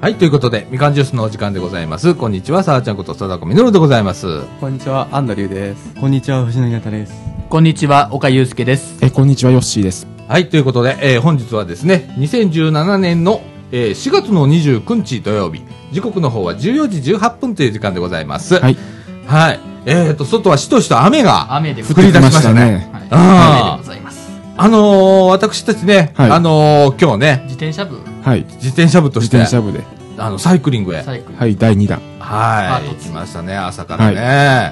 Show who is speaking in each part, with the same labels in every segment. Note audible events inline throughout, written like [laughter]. Speaker 1: はい、ということで、みかんジュースのお時間でございます。こんにちは、さあちゃんこと、さだこみのるでございます。
Speaker 2: こんにちは、安野龍です。
Speaker 3: こんにちは、藤永太です。
Speaker 4: こんにちは、岡祐介です。
Speaker 5: えこんにちはヨッシーです
Speaker 1: はい、ということで、えー本日はですね、2017年の、えー4月の29日土曜日、時刻の方は14時18分という時間でございます。
Speaker 5: はい。
Speaker 1: はい。えーと、外はしとしと雨が、
Speaker 4: 雨でご
Speaker 1: 降
Speaker 4: ざい
Speaker 1: り
Speaker 4: ま
Speaker 1: 出しましたね。
Speaker 5: ね
Speaker 4: す。はい
Speaker 1: あー
Speaker 4: 雨でございます。
Speaker 1: あのー私たちね、
Speaker 5: はい
Speaker 1: あのー今日ね、
Speaker 4: 自転車部、
Speaker 5: はい
Speaker 1: 自転車部とし
Speaker 5: 自
Speaker 1: て
Speaker 5: 転、車部で
Speaker 1: あの、サイクリングへ、は
Speaker 4: サイク
Speaker 5: は
Speaker 4: ル。
Speaker 5: い第2弾
Speaker 1: い、
Speaker 4: パ
Speaker 1: 行
Speaker 4: ート
Speaker 1: きましたね、朝から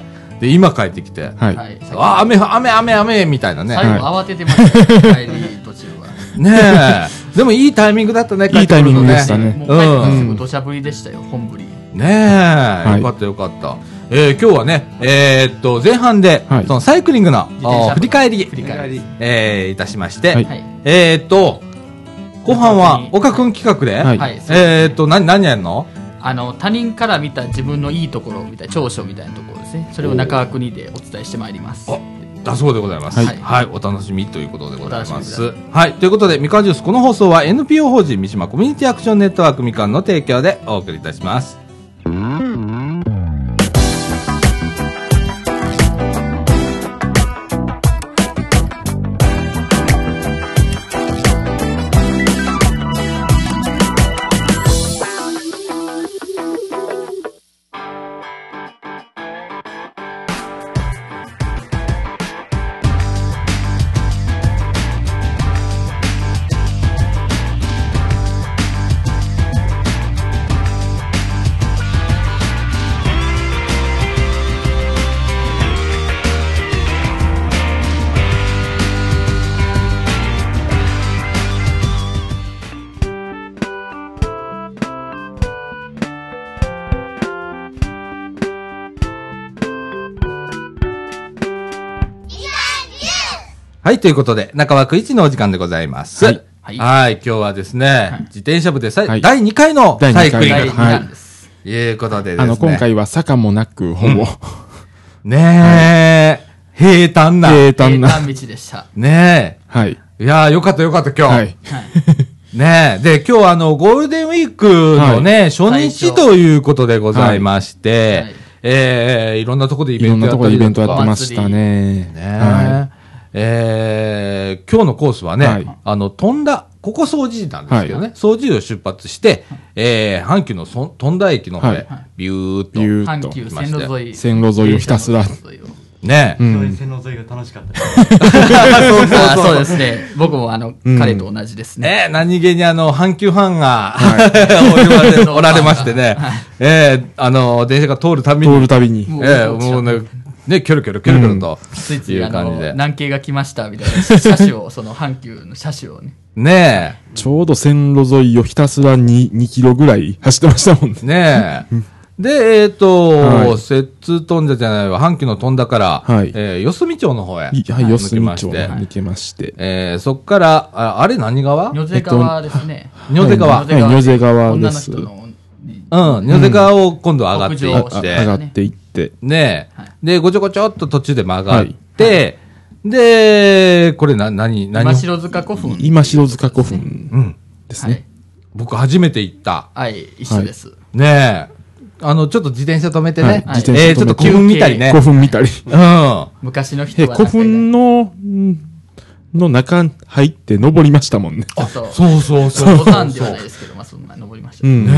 Speaker 1: ね。で、今帰ってきて、
Speaker 5: はい、
Speaker 4: はい。最後
Speaker 1: あ、雨、雨、雨、雨、みたいなね。
Speaker 4: 最後慌ててましたね。帰り途中は。
Speaker 1: ね
Speaker 5: [laughs]
Speaker 1: え。でもいいタイミングだったね、帰ってくるの
Speaker 5: いいタイミングでしたね
Speaker 4: もう帰ってからす
Speaker 1: う
Speaker 4: ぐ
Speaker 1: ん
Speaker 4: 土砂降りでしたよ、本降り。
Speaker 1: ねえ、
Speaker 5: はい
Speaker 1: よかったよかった。えー、今日はね、えーっと、前半で、
Speaker 5: はい
Speaker 1: そのサイクリングの
Speaker 4: 自転車
Speaker 1: お振り返り、
Speaker 4: 振り返り。
Speaker 1: えー、いたしまして、
Speaker 5: はい
Speaker 4: はい。
Speaker 1: えーっと、後半は、岡くん企画で、
Speaker 5: はい
Speaker 4: はい。そう
Speaker 1: えーっと、何、何やるの
Speaker 4: あの、他人から見た自分のいいところみたいな、長所みたいなところですね。それを中川国でお伝えしてまいります。
Speaker 1: おだそうでございます。は、
Speaker 4: はいい
Speaker 1: お楽しみということでございま
Speaker 4: お
Speaker 1: す。はい、ということで、みかんジュース、この放送は NPO 法人三島コミュニティアクションネットワークみかんの提供でお送りいたします。はい、ということで、中枠一のお時間でございます。は
Speaker 5: はいい。
Speaker 4: はい
Speaker 1: 今日はですね、自転車部でさい、
Speaker 5: はい
Speaker 1: 第2回の
Speaker 5: 第二
Speaker 1: サイ
Speaker 5: 回
Speaker 1: クリング
Speaker 4: 第
Speaker 1: と
Speaker 4: 2弾です。
Speaker 1: いうことでですね。
Speaker 5: あの今。回は坂もなくほぼ、
Speaker 1: ねえ、平坦な。
Speaker 5: 平
Speaker 4: 平
Speaker 5: 坦な
Speaker 4: 坦道でした。
Speaker 1: ね
Speaker 5: はい
Speaker 1: え。いやーよかったよかった今日。
Speaker 5: はい
Speaker 1: ねえ。で、今日はあの、ゴールデンウィークのね、初日
Speaker 4: 最初
Speaker 1: ということでございまして、
Speaker 4: はい
Speaker 1: えーいろんなとこでイ
Speaker 5: い
Speaker 1: ベン
Speaker 5: ろん
Speaker 1: ト
Speaker 5: な
Speaker 1: や
Speaker 5: と
Speaker 1: っ
Speaker 5: こ
Speaker 1: たり
Speaker 5: ろでイ
Speaker 1: だと
Speaker 5: ベントやって
Speaker 1: か
Speaker 5: ましたね
Speaker 1: ねえ、
Speaker 5: は
Speaker 1: えー今日のコースはね、
Speaker 5: はい
Speaker 1: あの、飛んだ、ここ掃除時なんですけどね、掃除時を出発して、えー阪急のそ飛んだ駅の方
Speaker 5: は
Speaker 1: で
Speaker 5: い、
Speaker 1: ビューっと、
Speaker 5: ビュー
Speaker 4: 阪急線路沿い。
Speaker 5: 線路沿いをひたすら
Speaker 4: 電車の沿いを
Speaker 1: ねえ、
Speaker 5: う
Speaker 3: 非常に
Speaker 5: ん、
Speaker 3: 線路沿いが楽しかったです。
Speaker 5: [laughs]
Speaker 4: あそうですね。僕もあの、彼と同じですね。
Speaker 1: ねえ何気にあの、阪急ファンが、 [laughs] おられおられましてね、えーあの、電車が通るたびに
Speaker 5: 通、るたびに
Speaker 4: もう
Speaker 1: ええもうね、ね、キョロキョロキョロキョロと、
Speaker 4: ついつ
Speaker 1: い
Speaker 4: いうあの
Speaker 1: 感じで。
Speaker 4: 南京が来ましたみたいな車種を、その阪急の車種をね。
Speaker 1: ね
Speaker 5: ちょうど線路沿いをひたすらに2キロぐらい走ってましたもんね
Speaker 1: え、ねえ。で、えっ、と、
Speaker 5: はい
Speaker 1: 摂津飛んだじゃないわ、阪急の飛んだから、
Speaker 5: はい
Speaker 1: えー四隅町の方へ。
Speaker 5: いはい四隅町
Speaker 1: 抜
Speaker 5: に
Speaker 1: けまして
Speaker 5: 抜けまして
Speaker 1: えーそっから、ああれ何川
Speaker 4: 女瀬川ですね。
Speaker 1: 尿瀬川。
Speaker 5: はい女瀬川
Speaker 4: 女
Speaker 5: で
Speaker 4: の
Speaker 5: す
Speaker 4: 人の、
Speaker 1: うん、尿瀬川を今度上がってい
Speaker 4: 北上
Speaker 1: っ、
Speaker 4: して
Speaker 5: あ上がっていって
Speaker 1: ねえ、
Speaker 4: はい
Speaker 1: で、ごちょごちょっと途中で曲がって、で、これな、何、何
Speaker 4: 今城塚古墳。
Speaker 5: 今城塚古墳
Speaker 1: うん。
Speaker 5: ですね
Speaker 1: 僕初めて行った。
Speaker 4: はい。はい、一緒です。
Speaker 1: ねえ。あの、ちょっと自転車止めてね。
Speaker 4: はい自
Speaker 5: 転車
Speaker 1: えーちょっと
Speaker 5: 止めて
Speaker 1: 古墳見たりね。
Speaker 5: 古墳見たり
Speaker 1: うん。
Speaker 4: 昔の人
Speaker 5: え
Speaker 4: はなん
Speaker 5: 古
Speaker 4: か。
Speaker 5: 墳のんの中入って登りましたもんね
Speaker 4: あ、そう。
Speaker 1: そうそうそう。
Speaker 4: 登山ではないですけど、まあそんな登りました
Speaker 5: う。ん
Speaker 1: ね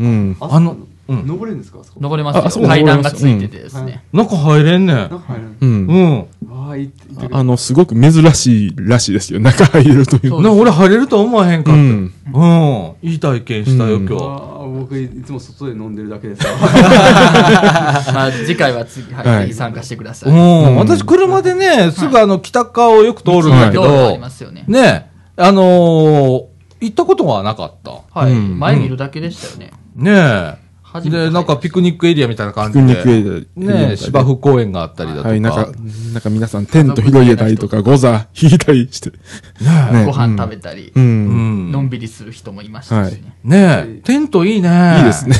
Speaker 1: え。
Speaker 5: うん
Speaker 1: あの、うん。
Speaker 3: 登れるんですかあそこ。
Speaker 4: 登れま
Speaker 5: あ
Speaker 4: す
Speaker 5: そ
Speaker 4: よ。
Speaker 5: う
Speaker 4: 階段がついててですね。
Speaker 1: 中入れんね
Speaker 3: 中
Speaker 1: ん。
Speaker 3: 入る
Speaker 5: う。
Speaker 1: うんん。
Speaker 3: わあ、いいって言ってくれ
Speaker 5: あ
Speaker 3: る。
Speaker 5: あの、すごく珍しいらしいですよ。 [laughs] 中入るという。
Speaker 4: そう
Speaker 1: ね、
Speaker 4: です
Speaker 1: 俺入れると思わへんか
Speaker 5: う
Speaker 1: った。うん。
Speaker 5: ん。
Speaker 1: いい体験したよ、
Speaker 5: うん
Speaker 1: 今日。
Speaker 3: ああ、僕いつも外で飲んでるだけですわ。
Speaker 4: まあ次回は次、
Speaker 5: は
Speaker 4: はいい、ぜひ参加してくださ
Speaker 1: う
Speaker 4: い。
Speaker 1: ん。私、車でね、すぐあの、北側をよく通るんだけ
Speaker 4: 道路あ
Speaker 1: ど
Speaker 4: り、ますよね。
Speaker 1: ねえ、あのー、行ったことはなかった。
Speaker 4: はい。
Speaker 5: うん
Speaker 4: 前見るだけでしたよね。
Speaker 1: ね
Speaker 4: 初
Speaker 1: え。
Speaker 4: めて入
Speaker 1: で、
Speaker 4: り
Speaker 1: な
Speaker 4: ま
Speaker 1: ん
Speaker 4: した
Speaker 1: かピクニックエリアみたいな感
Speaker 5: ピク
Speaker 1: じ
Speaker 5: ニックエ
Speaker 1: で。
Speaker 5: リア
Speaker 1: ねえ、芝生公園があったりだとか。
Speaker 5: はい、なんか、なんか皆さんテント広げたりとか、ゴザ引いたりして。ね
Speaker 4: ご飯食べたり
Speaker 5: う、。
Speaker 1: うんん。
Speaker 4: のんびりする人もいましたしね。
Speaker 1: ねえ、テントいいね。
Speaker 5: いいですね。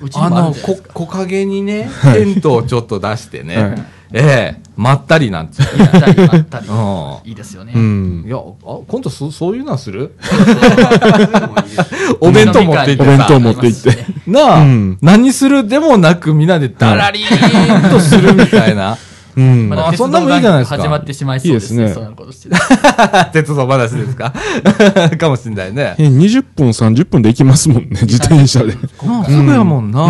Speaker 4: うちに
Speaker 1: あ
Speaker 4: もある
Speaker 1: の、
Speaker 4: じゃないで
Speaker 1: こ
Speaker 4: すか。
Speaker 1: 木陰にね、テントをちょっと出してね。
Speaker 5: はい
Speaker 1: ええまったりなんつって。
Speaker 4: やったりまったり
Speaker 1: う
Speaker 4: いいですよね、
Speaker 5: うん
Speaker 1: い。や、あ、今度そ、そういうのはする
Speaker 4: お
Speaker 1: [laughs] お弁当持って行ってさ。
Speaker 5: お弁当持って行って
Speaker 1: なあ、
Speaker 5: うん
Speaker 1: 何するでもなくみんなでダラリーンとするみたいな。
Speaker 5: [laughs] うん。
Speaker 1: あそんなもんいいじゃないですか
Speaker 4: 始まってしまいそうですね
Speaker 5: いいですね
Speaker 4: そんなことしてた
Speaker 1: [laughs] 鉄道話ですかかも [laughs] しんないね。
Speaker 5: え20分、30分で行きますもんね、自転車で。
Speaker 1: なあすぐやもんな、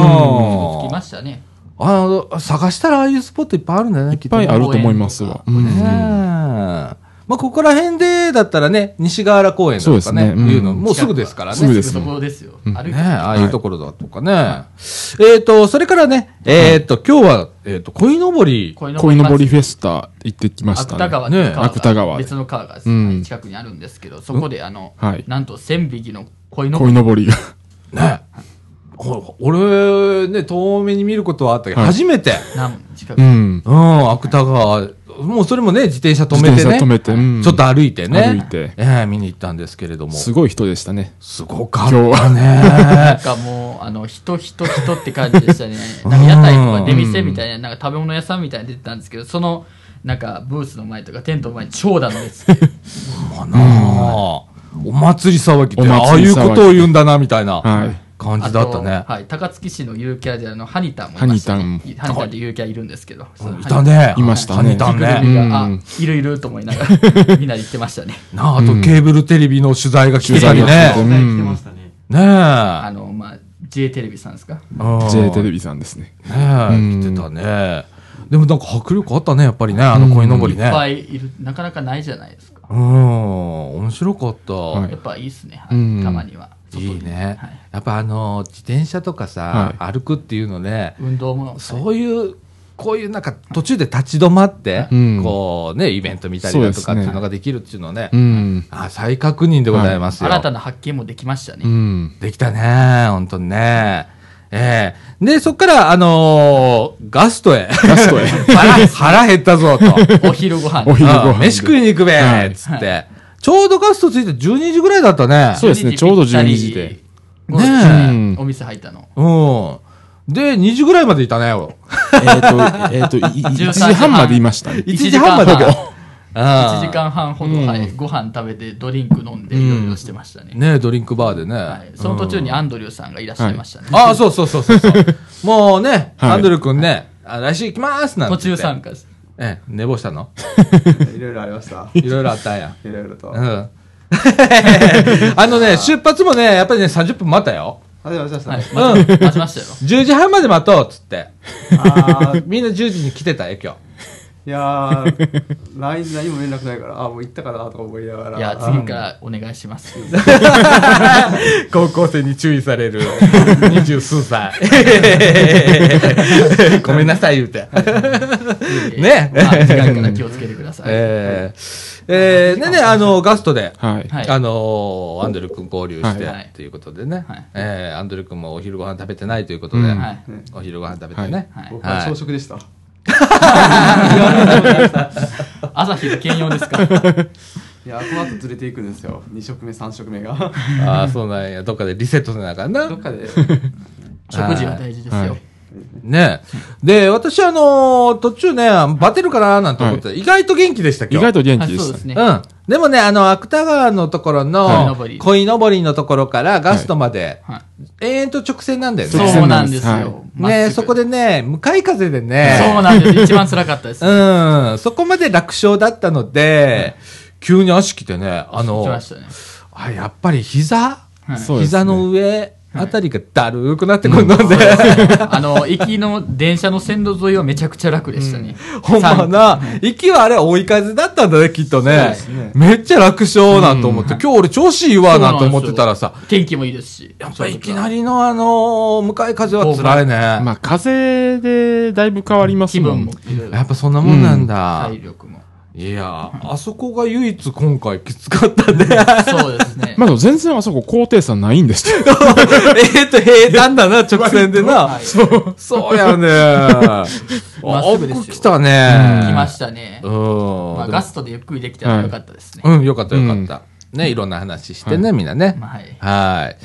Speaker 4: 聞きましたね
Speaker 1: あの、探したらああいうスポットいっぱいあるんだよね、き
Speaker 5: い
Speaker 1: っ
Speaker 5: っぱい
Speaker 1: ね
Speaker 5: あると思いますわ。う
Speaker 1: ねえ
Speaker 5: ん。
Speaker 1: まあ、ここら辺で、だったらね、西河原公園だとかね、
Speaker 5: そうですねうん
Speaker 1: いうの、もうすぐですからね。
Speaker 5: すぐです
Speaker 4: そこですよ、歩いて
Speaker 1: ね、ああいうところだとかね。えっ、と、それからね、えっ、と、今日は、えっ、と、鯉のぼり、
Speaker 5: 鯉のぼり
Speaker 4: フ
Speaker 5: フェスタ行ってきましたね。
Speaker 4: 芥川っていう
Speaker 1: ね
Speaker 4: 川が
Speaker 5: 芥川
Speaker 4: 別の川が
Speaker 5: うん
Speaker 4: 近くにあるんですけど、そこであの、
Speaker 5: はい
Speaker 4: なんと1000匹の鯉のぼ
Speaker 5: 鯉
Speaker 4: り
Speaker 5: のぼりが。
Speaker 1: ね。こ俺、ね、遠目に見ることはあったけど、
Speaker 5: はい
Speaker 1: 初めて。
Speaker 4: 何近く、
Speaker 5: うん。
Speaker 1: うん、芥川、もうそれもね、自転車止め
Speaker 5: 自
Speaker 1: て
Speaker 5: 転
Speaker 1: ね。
Speaker 5: 車止めて。うん
Speaker 1: ちょっと歩いてね。
Speaker 5: 歩いて
Speaker 1: ええ見に行ったんですけれども。
Speaker 5: すごい人でしたね。
Speaker 1: すごかっ
Speaker 5: 今日
Speaker 1: た
Speaker 5: は
Speaker 4: なん
Speaker 1: ね。
Speaker 4: かもうあの人人人って感じでしたねなんか屋台とか出店みたいななんか食べ物屋さんみたいに出てたんですけどそのなんかブースの前とかテントの前に長蛇の列で
Speaker 1: まあなあお祭り騒ぎって、
Speaker 5: お祭り騒ぎ
Speaker 1: ああいうことを言うんだな、みたいな
Speaker 5: はい
Speaker 1: 感
Speaker 4: あ
Speaker 1: じだった
Speaker 4: と、
Speaker 1: ね。
Speaker 4: はい、高槻市のゆるキャラであのハニタンもい
Speaker 5: ハ
Speaker 4: ま
Speaker 5: ニ
Speaker 4: した
Speaker 5: タ
Speaker 4: ね、
Speaker 5: ン
Speaker 4: ハニタンっていうキャラいるんですけど、その
Speaker 1: いたね。
Speaker 5: いました
Speaker 1: ハ
Speaker 5: ね
Speaker 1: ニタン
Speaker 4: ハニタン
Speaker 1: ね。
Speaker 4: のが、
Speaker 5: う
Speaker 4: あ
Speaker 5: ん
Speaker 4: いるいると思いながらみんなで言ってましたね
Speaker 1: なあ、あとケーブルテレビの取材が来てたり
Speaker 5: 取材が来て
Speaker 1: ね。
Speaker 5: ね
Speaker 3: 来てましたね。
Speaker 1: ねえ。
Speaker 4: あの、まあ、J テレビさんですか
Speaker 1: うん
Speaker 5: J テレビさんですね。
Speaker 1: ねえ、来てたね。でもなんか迫力あったね、やっぱりね、あの鯉のぼり
Speaker 4: いっぱ
Speaker 1: ね。
Speaker 4: いいるなかなかないじゃないですか
Speaker 1: うん、面白かった。
Speaker 5: はい
Speaker 4: やっぱいいっすね、
Speaker 5: うん
Speaker 4: たまにはい
Speaker 1: いね
Speaker 4: はい。
Speaker 1: やっぱあの、自転車とかさ、歩くっていうのね、
Speaker 4: 運動も
Speaker 1: そういう、こういうなんか途中で立ち止まって、
Speaker 5: うん
Speaker 1: こうね、イベント見たりだとか
Speaker 5: そ
Speaker 1: っ
Speaker 5: う
Speaker 1: てい
Speaker 5: ですね
Speaker 1: うのができるっていうのね、
Speaker 5: うん。
Speaker 1: あ再確認でございますよ。
Speaker 4: 新たな発見もできましたね、
Speaker 5: うん。
Speaker 1: できたね、本当にね。ええで、そっから、あのーガストへ。
Speaker 5: ラストへ。
Speaker 1: [laughs] 腹、腹減ったぞと。
Speaker 4: [laughs] お昼ご飯
Speaker 5: お昼ご
Speaker 1: あ
Speaker 5: 飯
Speaker 1: あ飯食いに行くべ
Speaker 5: はい
Speaker 1: つって。ちょうどガスト着いて12時ぐらいだったね。
Speaker 5: そうですねちょうど12時で
Speaker 4: ね
Speaker 1: ね
Speaker 5: え
Speaker 4: お店入ったの
Speaker 1: うん。で、2時ぐらいまでいたね、
Speaker 5: えっと、えっと、1時半までいましたね。
Speaker 1: 1
Speaker 4: 1
Speaker 1: 時
Speaker 4: 時
Speaker 1: 半
Speaker 4: 間
Speaker 1: ま
Speaker 4: 半
Speaker 1: で。
Speaker 4: 1
Speaker 1: 1
Speaker 4: 時間半ほど、はい、ご飯食べてドリンク飲んでいろいろしてましたね、
Speaker 1: ねドリンクバーでね。
Speaker 4: はい、その途中にアンドリューさんがいらっしゃいましたね、
Speaker 1: ああ、そうそうそうそうそう。もうね、
Speaker 5: はい
Speaker 1: アンドル君ね、あ来週行きますなんて
Speaker 4: 途
Speaker 1: 言って。
Speaker 4: 中参加し
Speaker 1: ええ、寝坊したの
Speaker 3: いろいろありました。
Speaker 1: いろいろあったんや。
Speaker 3: いろいろと。
Speaker 1: う
Speaker 3: あ、
Speaker 1: ん。 [laughs] あのね、出発もね、やっぱりね、30分待ったよ。
Speaker 3: でもありました
Speaker 4: はい待
Speaker 3: ね。
Speaker 4: ち待ちましたよ
Speaker 1: 10時半まで待とうっつって。
Speaker 3: あー
Speaker 1: みんな10時に来てたよ、今
Speaker 3: いやー、LINE 何も連絡ないから、あー、もう行ったかなとか思いながら。
Speaker 4: いや次からお願いします
Speaker 1: 日。高校生に注意される、 [laughs] 二十数歳。ごめんなさい、言うて。ね
Speaker 4: まあ次回から気をつけてください、
Speaker 1: えー、えー、でね、あの、ガストで、
Speaker 5: はい。
Speaker 4: はい
Speaker 1: あのーアンドル君合流して、
Speaker 4: はい
Speaker 1: ということでね、
Speaker 4: はい
Speaker 1: えーアンドル君もお昼ご飯食べてないということで、
Speaker 5: うん
Speaker 4: はい
Speaker 1: お昼ご飯食べてね、
Speaker 4: はい
Speaker 3: 僕は朝食でした。
Speaker 4: 朝昼兼用ですか
Speaker 3: いやー、この後連れていくんですよ。2食目、3食目が。
Speaker 1: ああそうなんやどっかでリセットせなあかんな
Speaker 3: どっかで。
Speaker 4: 食事は大事ですよ、
Speaker 5: はい
Speaker 1: ねで私あのー途中ねバテるかななんて思ってた、意外と元気でした
Speaker 5: 意
Speaker 1: 今日
Speaker 5: 外と元
Speaker 4: はい
Speaker 5: 気で
Speaker 4: そう
Speaker 5: し
Speaker 4: で
Speaker 5: た
Speaker 4: す
Speaker 5: ね。
Speaker 4: ね、
Speaker 1: うんでもねあの芥川のところ
Speaker 4: 鯉
Speaker 1: の
Speaker 4: のぼり
Speaker 1: 鯉のぼりのところからガストまで、
Speaker 4: はい
Speaker 1: 延々と直線なんだよ
Speaker 5: 直
Speaker 1: ね
Speaker 4: そう
Speaker 5: 線
Speaker 4: なんです
Speaker 5: はい
Speaker 4: よ。まっす
Speaker 1: ね
Speaker 4: ぐ
Speaker 1: そこでね向かい風でね
Speaker 4: そうなんです。一番辛かったです。
Speaker 1: うん、そこまで楽勝だったので、急に足きてね、あの
Speaker 4: 来、ましたね。
Speaker 1: あやっぱり膝、
Speaker 4: はい
Speaker 5: そうですね
Speaker 1: 膝の上あたりがだるーくなってくるので、
Speaker 4: あの、駅の電車の線路沿いはめちゃくちゃ楽でしたね。
Speaker 1: ほんまな、息はあれ追い風だったんだね、きっとね。めっちゃ楽勝なんと思って、今日俺調子いいわなんて思ってたらさ、
Speaker 4: 天気もいいですし。
Speaker 1: やっぱいきなりのあのー向かい風は辛いね。
Speaker 5: まあ、風でだいぶ変わります
Speaker 4: 気
Speaker 5: もん
Speaker 4: 分
Speaker 5: ね
Speaker 4: も。いろいろ
Speaker 1: やっぱそんなもんなんだ。
Speaker 4: 体力も。
Speaker 1: いやー、あそこが唯一今回きつかった
Speaker 4: [laughs]
Speaker 1: ね。
Speaker 4: そうです
Speaker 1: [laughs]
Speaker 4: ね。
Speaker 5: まあ、でも全然あそこ高低差ないんですけど。
Speaker 1: えっと、平坦だな、 [laughs] 直線でな。
Speaker 4: い
Speaker 1: そう。そうやね。あ
Speaker 4: [laughs] まっすぐですよ
Speaker 1: 奥来たね。
Speaker 4: 来ましたね
Speaker 1: う。ん。
Speaker 4: まあ、ガストでゆっくりできたらよかったですね。
Speaker 1: うん、よかったよかった。ね、いろんな話してね、みんなね
Speaker 4: ま。あはい。
Speaker 1: はい。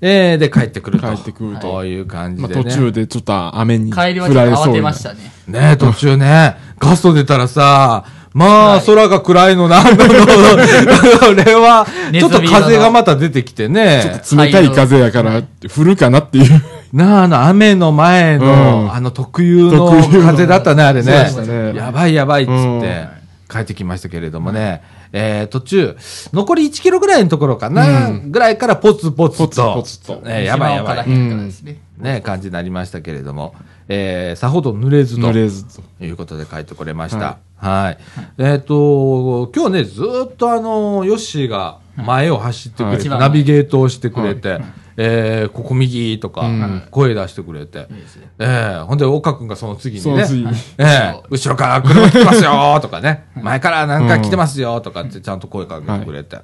Speaker 1: えーで、帰ってくると。
Speaker 5: 帰ってくると
Speaker 1: こういう感じ
Speaker 5: まあ、
Speaker 1: でね。
Speaker 5: 途中でちょっと雨に
Speaker 4: 帰りは
Speaker 5: 降
Speaker 4: ち
Speaker 5: ら
Speaker 4: ょっ
Speaker 5: れ
Speaker 4: と
Speaker 5: そ
Speaker 4: 慌
Speaker 5: う
Speaker 4: て
Speaker 5: な
Speaker 4: まし。たね。
Speaker 1: ね、途中ね。ガスト出たらさ、まあ、空が暗いのなん
Speaker 5: [laughs]
Speaker 1: だろう。これは、
Speaker 4: ネ
Speaker 1: ちょ
Speaker 4: ズ
Speaker 1: っ
Speaker 4: ミ色
Speaker 1: と
Speaker 4: の
Speaker 1: 風がまた出てきてね。
Speaker 5: 冷たい風やから、降るかなっていう。
Speaker 1: なあ、あの、雨の前の、
Speaker 5: うん
Speaker 1: あの、特有の
Speaker 5: 特有の
Speaker 1: 風だったね、あれね。
Speaker 5: そうでしたね
Speaker 1: やばいやばいっつっ
Speaker 5: うん
Speaker 1: て、帰ってきましたけれどもね。えー途中、残り1キロぐらいのところかな、ぐらいからポツポツと、
Speaker 5: ポツポツと
Speaker 1: えーやばいやば
Speaker 4: 島を
Speaker 1: い、
Speaker 4: からへんからですね。
Speaker 1: ね、感じになりましたけれども、えーさほど濡れずと
Speaker 5: 濡れずと。
Speaker 1: いうことで帰ってこれました。はい。えっ、と、今日ね、ずーっとあの、ヨッシーが前を走ってくれて、
Speaker 4: はい
Speaker 1: ナビゲートをしてくれて、えーここ右とか、声出してくれて、
Speaker 4: いいですね
Speaker 1: えーほんで、岡君がその次に
Speaker 5: そ
Speaker 1: ね
Speaker 5: の、次に。
Speaker 1: ええ後ろから車来てますよーとかね、前からなんか来てますよーとかってちゃんと声かけてくれて、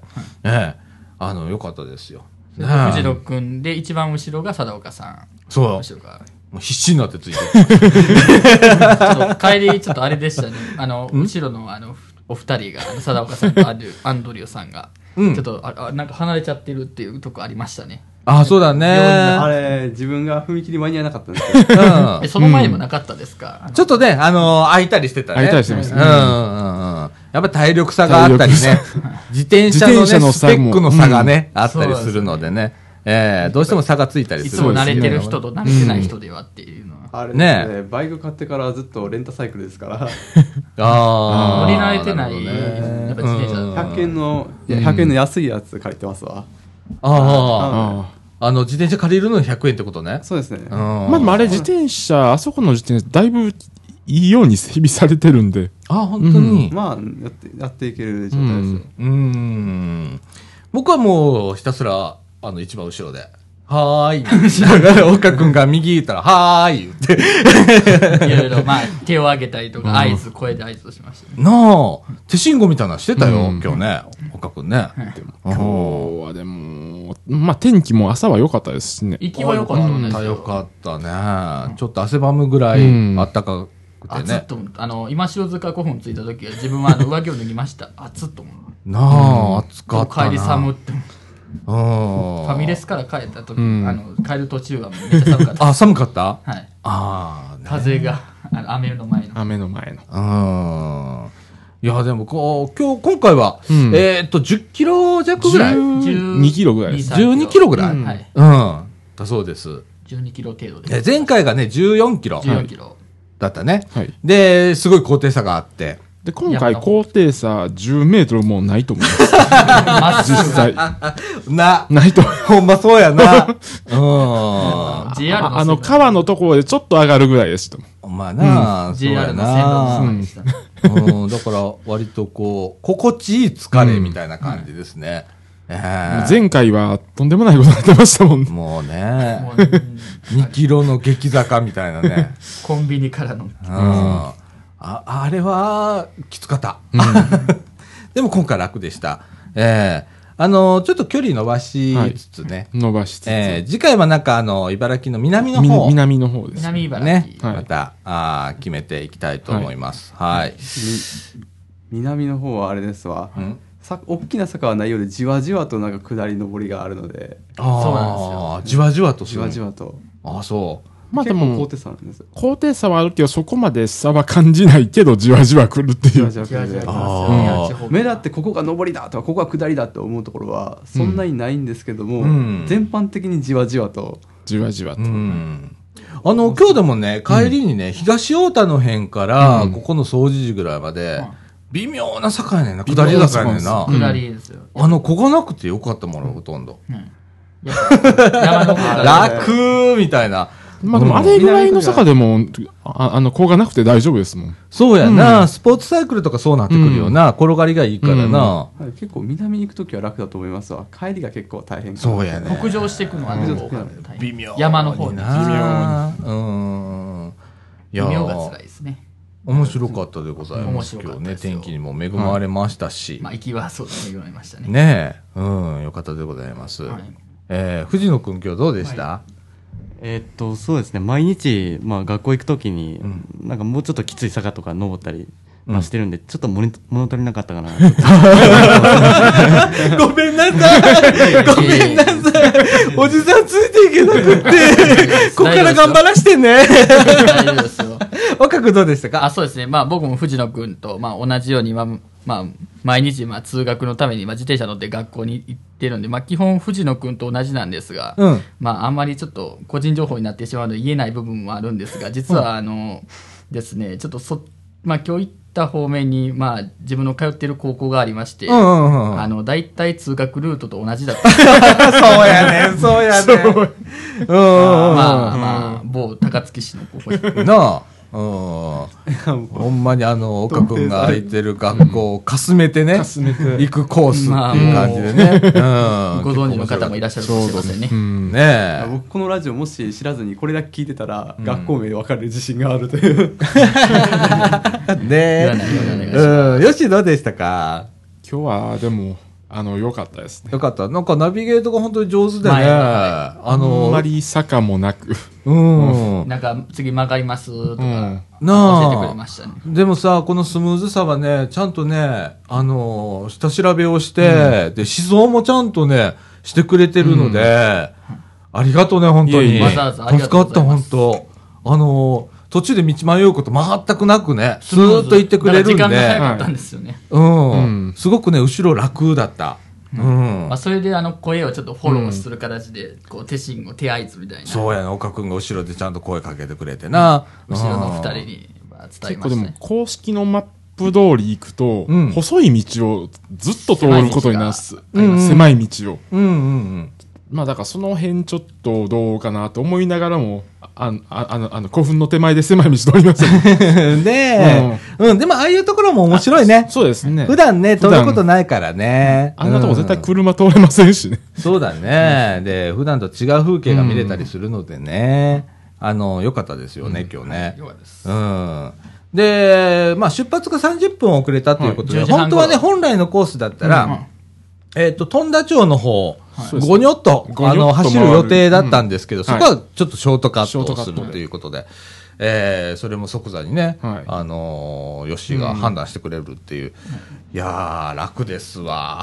Speaker 1: ええあの、よかったですよ。ねえ
Speaker 4: 藤野くんで、一番後ろが貞岡さん。
Speaker 1: そう。
Speaker 4: 後ろが。
Speaker 1: もう必死になってついてる。
Speaker 4: ちょっと帰り、ちょっとあれでしたね。あの、後ろのあの、お二人が、あの貞岡さんとアンドリュ
Speaker 1: [laughs]
Speaker 4: アンドリューさんが、
Speaker 1: うん
Speaker 4: ちょっとああ、なんか離れちゃってるっていうとこありましたね。
Speaker 1: あ、そうだ
Speaker 3: あ
Speaker 1: ね。
Speaker 3: れ、自分が踏切間に合わなかったんですけど、
Speaker 1: うん
Speaker 4: え、その前もなかったですか、あの
Speaker 1: ちょっとね、あのー、空いたりしてたね。
Speaker 5: 空いたりしてました
Speaker 1: うん
Speaker 5: ね
Speaker 1: うんうん。やっぱ体力差があったり
Speaker 5: 体
Speaker 1: ね。自転車のね、
Speaker 5: 自転車の
Speaker 1: スペ
Speaker 5: 差も
Speaker 1: ックの差がね、あったりするのでね。えーどうしても差がついたり
Speaker 4: い
Speaker 1: す
Speaker 4: つ
Speaker 1: る。
Speaker 4: も慣れてる人と慣れてない人ではっていうのは。
Speaker 3: あれ
Speaker 1: ね
Speaker 3: ですねバイク買ってからずっとレンタサイクルですから、
Speaker 1: あ
Speaker 4: 乗
Speaker 1: ー
Speaker 4: り慣れてない、
Speaker 1: るほどね
Speaker 4: やっぱ自転車
Speaker 1: うん
Speaker 4: だ
Speaker 3: 100円の、いや100円の安いやつ借りてますわ。
Speaker 1: あ
Speaker 5: あ
Speaker 1: ー。あの、自転車借りるのに100円ってことね。
Speaker 3: そうですね。
Speaker 1: うん。
Speaker 5: あまあでもあれ、自転車、あそこの自転車、だいぶいいように整備されてるんで。
Speaker 1: あ、本当に。
Speaker 3: まあ、やって、やっていける
Speaker 5: う
Speaker 3: 状態ですよ
Speaker 5: ん。
Speaker 1: うーん。僕はもう、ひたすら、あの、一番後ろで。はーい。だから、
Speaker 5: [laughs]
Speaker 1: 岡くんが右言ったら、はーい言って。
Speaker 4: いろい
Speaker 1: [laughs]
Speaker 4: ろ、まあ、手を挙げたりとか、合図、声で合図をしましたね。
Speaker 1: なあ、手信号みたいなのしてたよ、
Speaker 5: うん
Speaker 1: 今日ね。岡くんね。
Speaker 5: 今日はでも、まあ天気も朝は良かったですしね。
Speaker 4: 行きは良かったです
Speaker 1: よかったね。ちょっと汗ばむぐらい、
Speaker 5: うん
Speaker 1: あったかく
Speaker 4: あ
Speaker 1: て
Speaker 4: ずっ
Speaker 1: ね。
Speaker 4: とあの今城塚古墳着いた時は自分はあの上着を脱ぎました暑っと思う
Speaker 1: なあ、暑かったな。
Speaker 4: 帰り寒って思う
Speaker 1: うん。フ
Speaker 4: ファミレスから帰った時、
Speaker 5: うん
Speaker 4: あの帰る途中はめっちゃ寒かっ
Speaker 1: あ、寒かった
Speaker 4: た、はい、
Speaker 1: ああ、ね。
Speaker 4: 風があの雨の前の
Speaker 5: 雨の前の。
Speaker 1: うん。いや、でもこう、今日、今回は、
Speaker 5: うん
Speaker 1: えーっと、10キロ弱ぐらい
Speaker 4: 10
Speaker 5: 2キロぐらいです。
Speaker 1: 12キロぐらい、
Speaker 4: う
Speaker 1: うんん
Speaker 4: はい、
Speaker 1: だそうです。
Speaker 4: 12キロ程度
Speaker 1: え
Speaker 4: です
Speaker 1: 前回がね、14キロ
Speaker 4: 14キロ、
Speaker 1: だったね。
Speaker 5: はい。
Speaker 1: で、すごい高低差があって。
Speaker 5: で、今回高低差10メートルもないと思います。
Speaker 4: まっす
Speaker 5: 実
Speaker 4: ぐ
Speaker 5: 際。
Speaker 1: な、
Speaker 5: ないと。
Speaker 1: ほんまそうや [laughs] な。う
Speaker 4: JR
Speaker 5: あ
Speaker 4: の
Speaker 5: あの、川のところでちょっと上がるぐらいでした。
Speaker 1: ん。まあな、そうや
Speaker 4: JR の
Speaker 1: な。うん
Speaker 4: 線路の下でした、
Speaker 1: だから、割とこう、心地いい疲れみたいな感じですね。ええ
Speaker 5: 前回はとんでもないことになってましたもんね。
Speaker 1: もうね
Speaker 4: も、ううん
Speaker 1: 2キロの激坂みたいなね。
Speaker 4: コンビニから
Speaker 1: [laughs]
Speaker 4: の
Speaker 1: うんああれはきつかった。 [laughs] でも今回楽でした。ええあの、ちょっと距離伸ばしつつね、
Speaker 5: 伸ばしつつ。
Speaker 1: ええ次回はなんかあの、茨城の南の
Speaker 5: み
Speaker 1: 方、
Speaker 5: 南の方です。
Speaker 4: 南茨城、
Speaker 1: ね、
Speaker 5: はい
Speaker 1: またあー決めていきたいと思います。はい。
Speaker 3: み南の方はあれですわ、
Speaker 1: ん
Speaker 3: さ大きな坂はないようでじわじわとなんか下り上りがあるので
Speaker 4: そうなんですよ
Speaker 1: あーじわじわとす
Speaker 3: じ
Speaker 1: る
Speaker 3: わじわと、
Speaker 1: ああ、そう。
Speaker 5: まあで
Speaker 3: 結構高
Speaker 5: も、
Speaker 3: 低差なんですよ
Speaker 5: 高低差はあるけど、そこまで差は感じないけど、じわじわ来るって
Speaker 3: じ
Speaker 5: い
Speaker 3: わ
Speaker 5: う。
Speaker 3: じわ
Speaker 4: じわ
Speaker 3: 下り
Speaker 4: じ
Speaker 3: で
Speaker 4: わ来
Speaker 1: あ
Speaker 4: ますよねあっち方面
Speaker 3: 目立ってここが上りだとかここが下りだと思うところはそんなにないんですけども、
Speaker 1: うん
Speaker 3: 全般的にじわじわと
Speaker 5: じわじわと。
Speaker 1: うん。あの、今日でもね、帰りにね、東太田の辺から、ここの総除寺ぐらいまで、微妙な坂やねんな、下り坂やねんな。
Speaker 4: 下りですよ、
Speaker 1: あの、こがなくてよかったもの、ほとんど。
Speaker 4: やっぱ山の方から
Speaker 1: 楽ーみたいな。
Speaker 5: まあでも、あれぐらいの坂でも、ああの、子がなくて大丈夫ですもん。
Speaker 1: そうやな、スポーツサイクルとかそうなってくるよな、転がりがいいからな。
Speaker 3: はい結構南に行く時は楽だと思いますわ帰りが結構大変かな
Speaker 1: そうやね。
Speaker 4: 北上していくのはね、こう
Speaker 1: 微妙。
Speaker 4: 山の方に
Speaker 1: な。微妙に。うん。い
Speaker 4: 微
Speaker 1: や
Speaker 4: 妙が辛い
Speaker 1: ー
Speaker 4: ですね。
Speaker 1: 面白かったでございます。
Speaker 4: 面白
Speaker 1: 今
Speaker 4: か
Speaker 1: 日
Speaker 4: った
Speaker 1: ね、
Speaker 4: ですよ
Speaker 1: 天気にも恵まれましたし
Speaker 4: ま。あ、行きはそうですね、言われましたね。
Speaker 1: ねえ。うん、よかったでございます。
Speaker 4: はい
Speaker 1: えー藤野くん今日どうでした
Speaker 6: えーっとそうですね毎日、まあ、学校行くときに、なんかもうちょっときつい坂とか登ったり、まあ、してるんで、ちょっと物物足りなかったか [laughs] な
Speaker 1: ごめんなさいごめんなさいお [laughs] じさんついていけなくって、こっから頑張らしてね
Speaker 4: 大丈夫ですよ。
Speaker 1: 若くどうでした
Speaker 4: あ
Speaker 1: か
Speaker 4: そうですね、まあ、僕も藤野君と、まあ、同じように、まあまあ、毎日、まあ、通学のために、まあ、自転車乗って学校に行ってるんで、まあ、基本藤野君と同じなんですが、
Speaker 1: うん
Speaker 4: まあ、あんまりちょっと個人情報になってしまうので言えない部分もあるんですが実はあのですねちょっとそ、まあ、今日行った方面に、まあ、自分の通ってる高校がありまして、
Speaker 1: うんうんうんうん
Speaker 4: あの大体通学ルートと同じだったんです
Speaker 1: そうやねんそうやねんうんうんうん
Speaker 4: まあまあ某高槻市の高校
Speaker 1: なあ、うん、 [laughs] ほんまにあの岡君が空いてる学校をかすめてね、行くコースっていう感じでね、うん、
Speaker 4: ご存知の方もいらっしゃるかもしれませんね。
Speaker 1: うんねえ
Speaker 3: 僕このラジオもし知らずにこれだけ聞いてたら、学校名で分かる自信があるという
Speaker 1: ね
Speaker 4: 言わない言わない言わ
Speaker 1: うん、よしどうでしたか
Speaker 5: 今日は、でも、あの、良かったですね。
Speaker 1: よかったなんかナビゲートが本当に上手でね、
Speaker 4: はいはい
Speaker 1: あ
Speaker 5: あんま
Speaker 1: の
Speaker 5: り坂もなく。
Speaker 1: うん、
Speaker 4: なんか次曲がりますと
Speaker 5: う
Speaker 4: か
Speaker 5: ん
Speaker 1: な
Speaker 4: 教えてくれ
Speaker 1: あ
Speaker 4: ましたね。
Speaker 1: でもさこのスムーズさはねちゃんとねあの下調べをして、で思想もちゃんとねしてくれてるので、ありがとうね本当に
Speaker 5: いえいえ
Speaker 4: わざわざありが
Speaker 1: 助か
Speaker 4: とう
Speaker 1: っ
Speaker 4: ござ
Speaker 1: た
Speaker 4: いま
Speaker 1: 本
Speaker 4: す
Speaker 1: 当あの途中で道迷うこと全くなくねスーッと行ってくれるんで、
Speaker 4: だから時間が早かったんですよね。
Speaker 1: うん
Speaker 5: うん
Speaker 1: すごくね後ろ楽だった、うん
Speaker 4: まあ、それであの声をちょっとフォローする形で、こう手信を手合図みたいな、
Speaker 1: そうやな岡君が後ろでちゃんと声かけてくれてな、
Speaker 4: 後ろの二人
Speaker 1: うん
Speaker 4: にまあ伝
Speaker 5: 結
Speaker 4: え
Speaker 5: 構
Speaker 4: まし
Speaker 5: で
Speaker 4: た
Speaker 5: も
Speaker 4: ね。
Speaker 5: 公式のマップ通り行くと、
Speaker 1: うん
Speaker 5: 細い道をずっと通ることになるっす
Speaker 1: 狭い道が
Speaker 5: うん狭い道を
Speaker 1: うんうん
Speaker 5: まあだからその辺ちょっとどうかなと思いながらもあああのあの古墳の手前で狭い道通りました [laughs]
Speaker 1: う
Speaker 5: ね
Speaker 1: ん [laughs] ねえ、うん、でもああいうところも面白いね
Speaker 5: [laughs] そうですね
Speaker 1: 普段ね
Speaker 5: 普
Speaker 1: 飛
Speaker 5: 段
Speaker 1: ぶことないからね
Speaker 5: あんなとこ絶対
Speaker 1: うん
Speaker 5: 車通れませんしね、
Speaker 1: そうだねで普段と違う風景が見れたりするのでね、あの良かったですよね、今日ね
Speaker 4: よかったです
Speaker 1: うんで、まあ、出発が30分遅れたということで、
Speaker 4: はい10時半
Speaker 1: 本当はね、
Speaker 4: 頃
Speaker 1: 本来のコースだったら、えっ、と、富田町の方、
Speaker 5: そうです
Speaker 1: ごにょっと、
Speaker 5: ごにょ
Speaker 1: あの、
Speaker 5: っと回る
Speaker 1: 走る予定だったんですけど、
Speaker 5: ん
Speaker 1: そこ
Speaker 5: は
Speaker 1: はちょっとショートカット
Speaker 5: ショート
Speaker 1: を
Speaker 5: カッ
Speaker 1: す
Speaker 5: ト
Speaker 1: るということで、えーそれも即座にね、
Speaker 5: はい
Speaker 1: あのー、吉井が判断してくれるっていう、いやー、楽ですわ。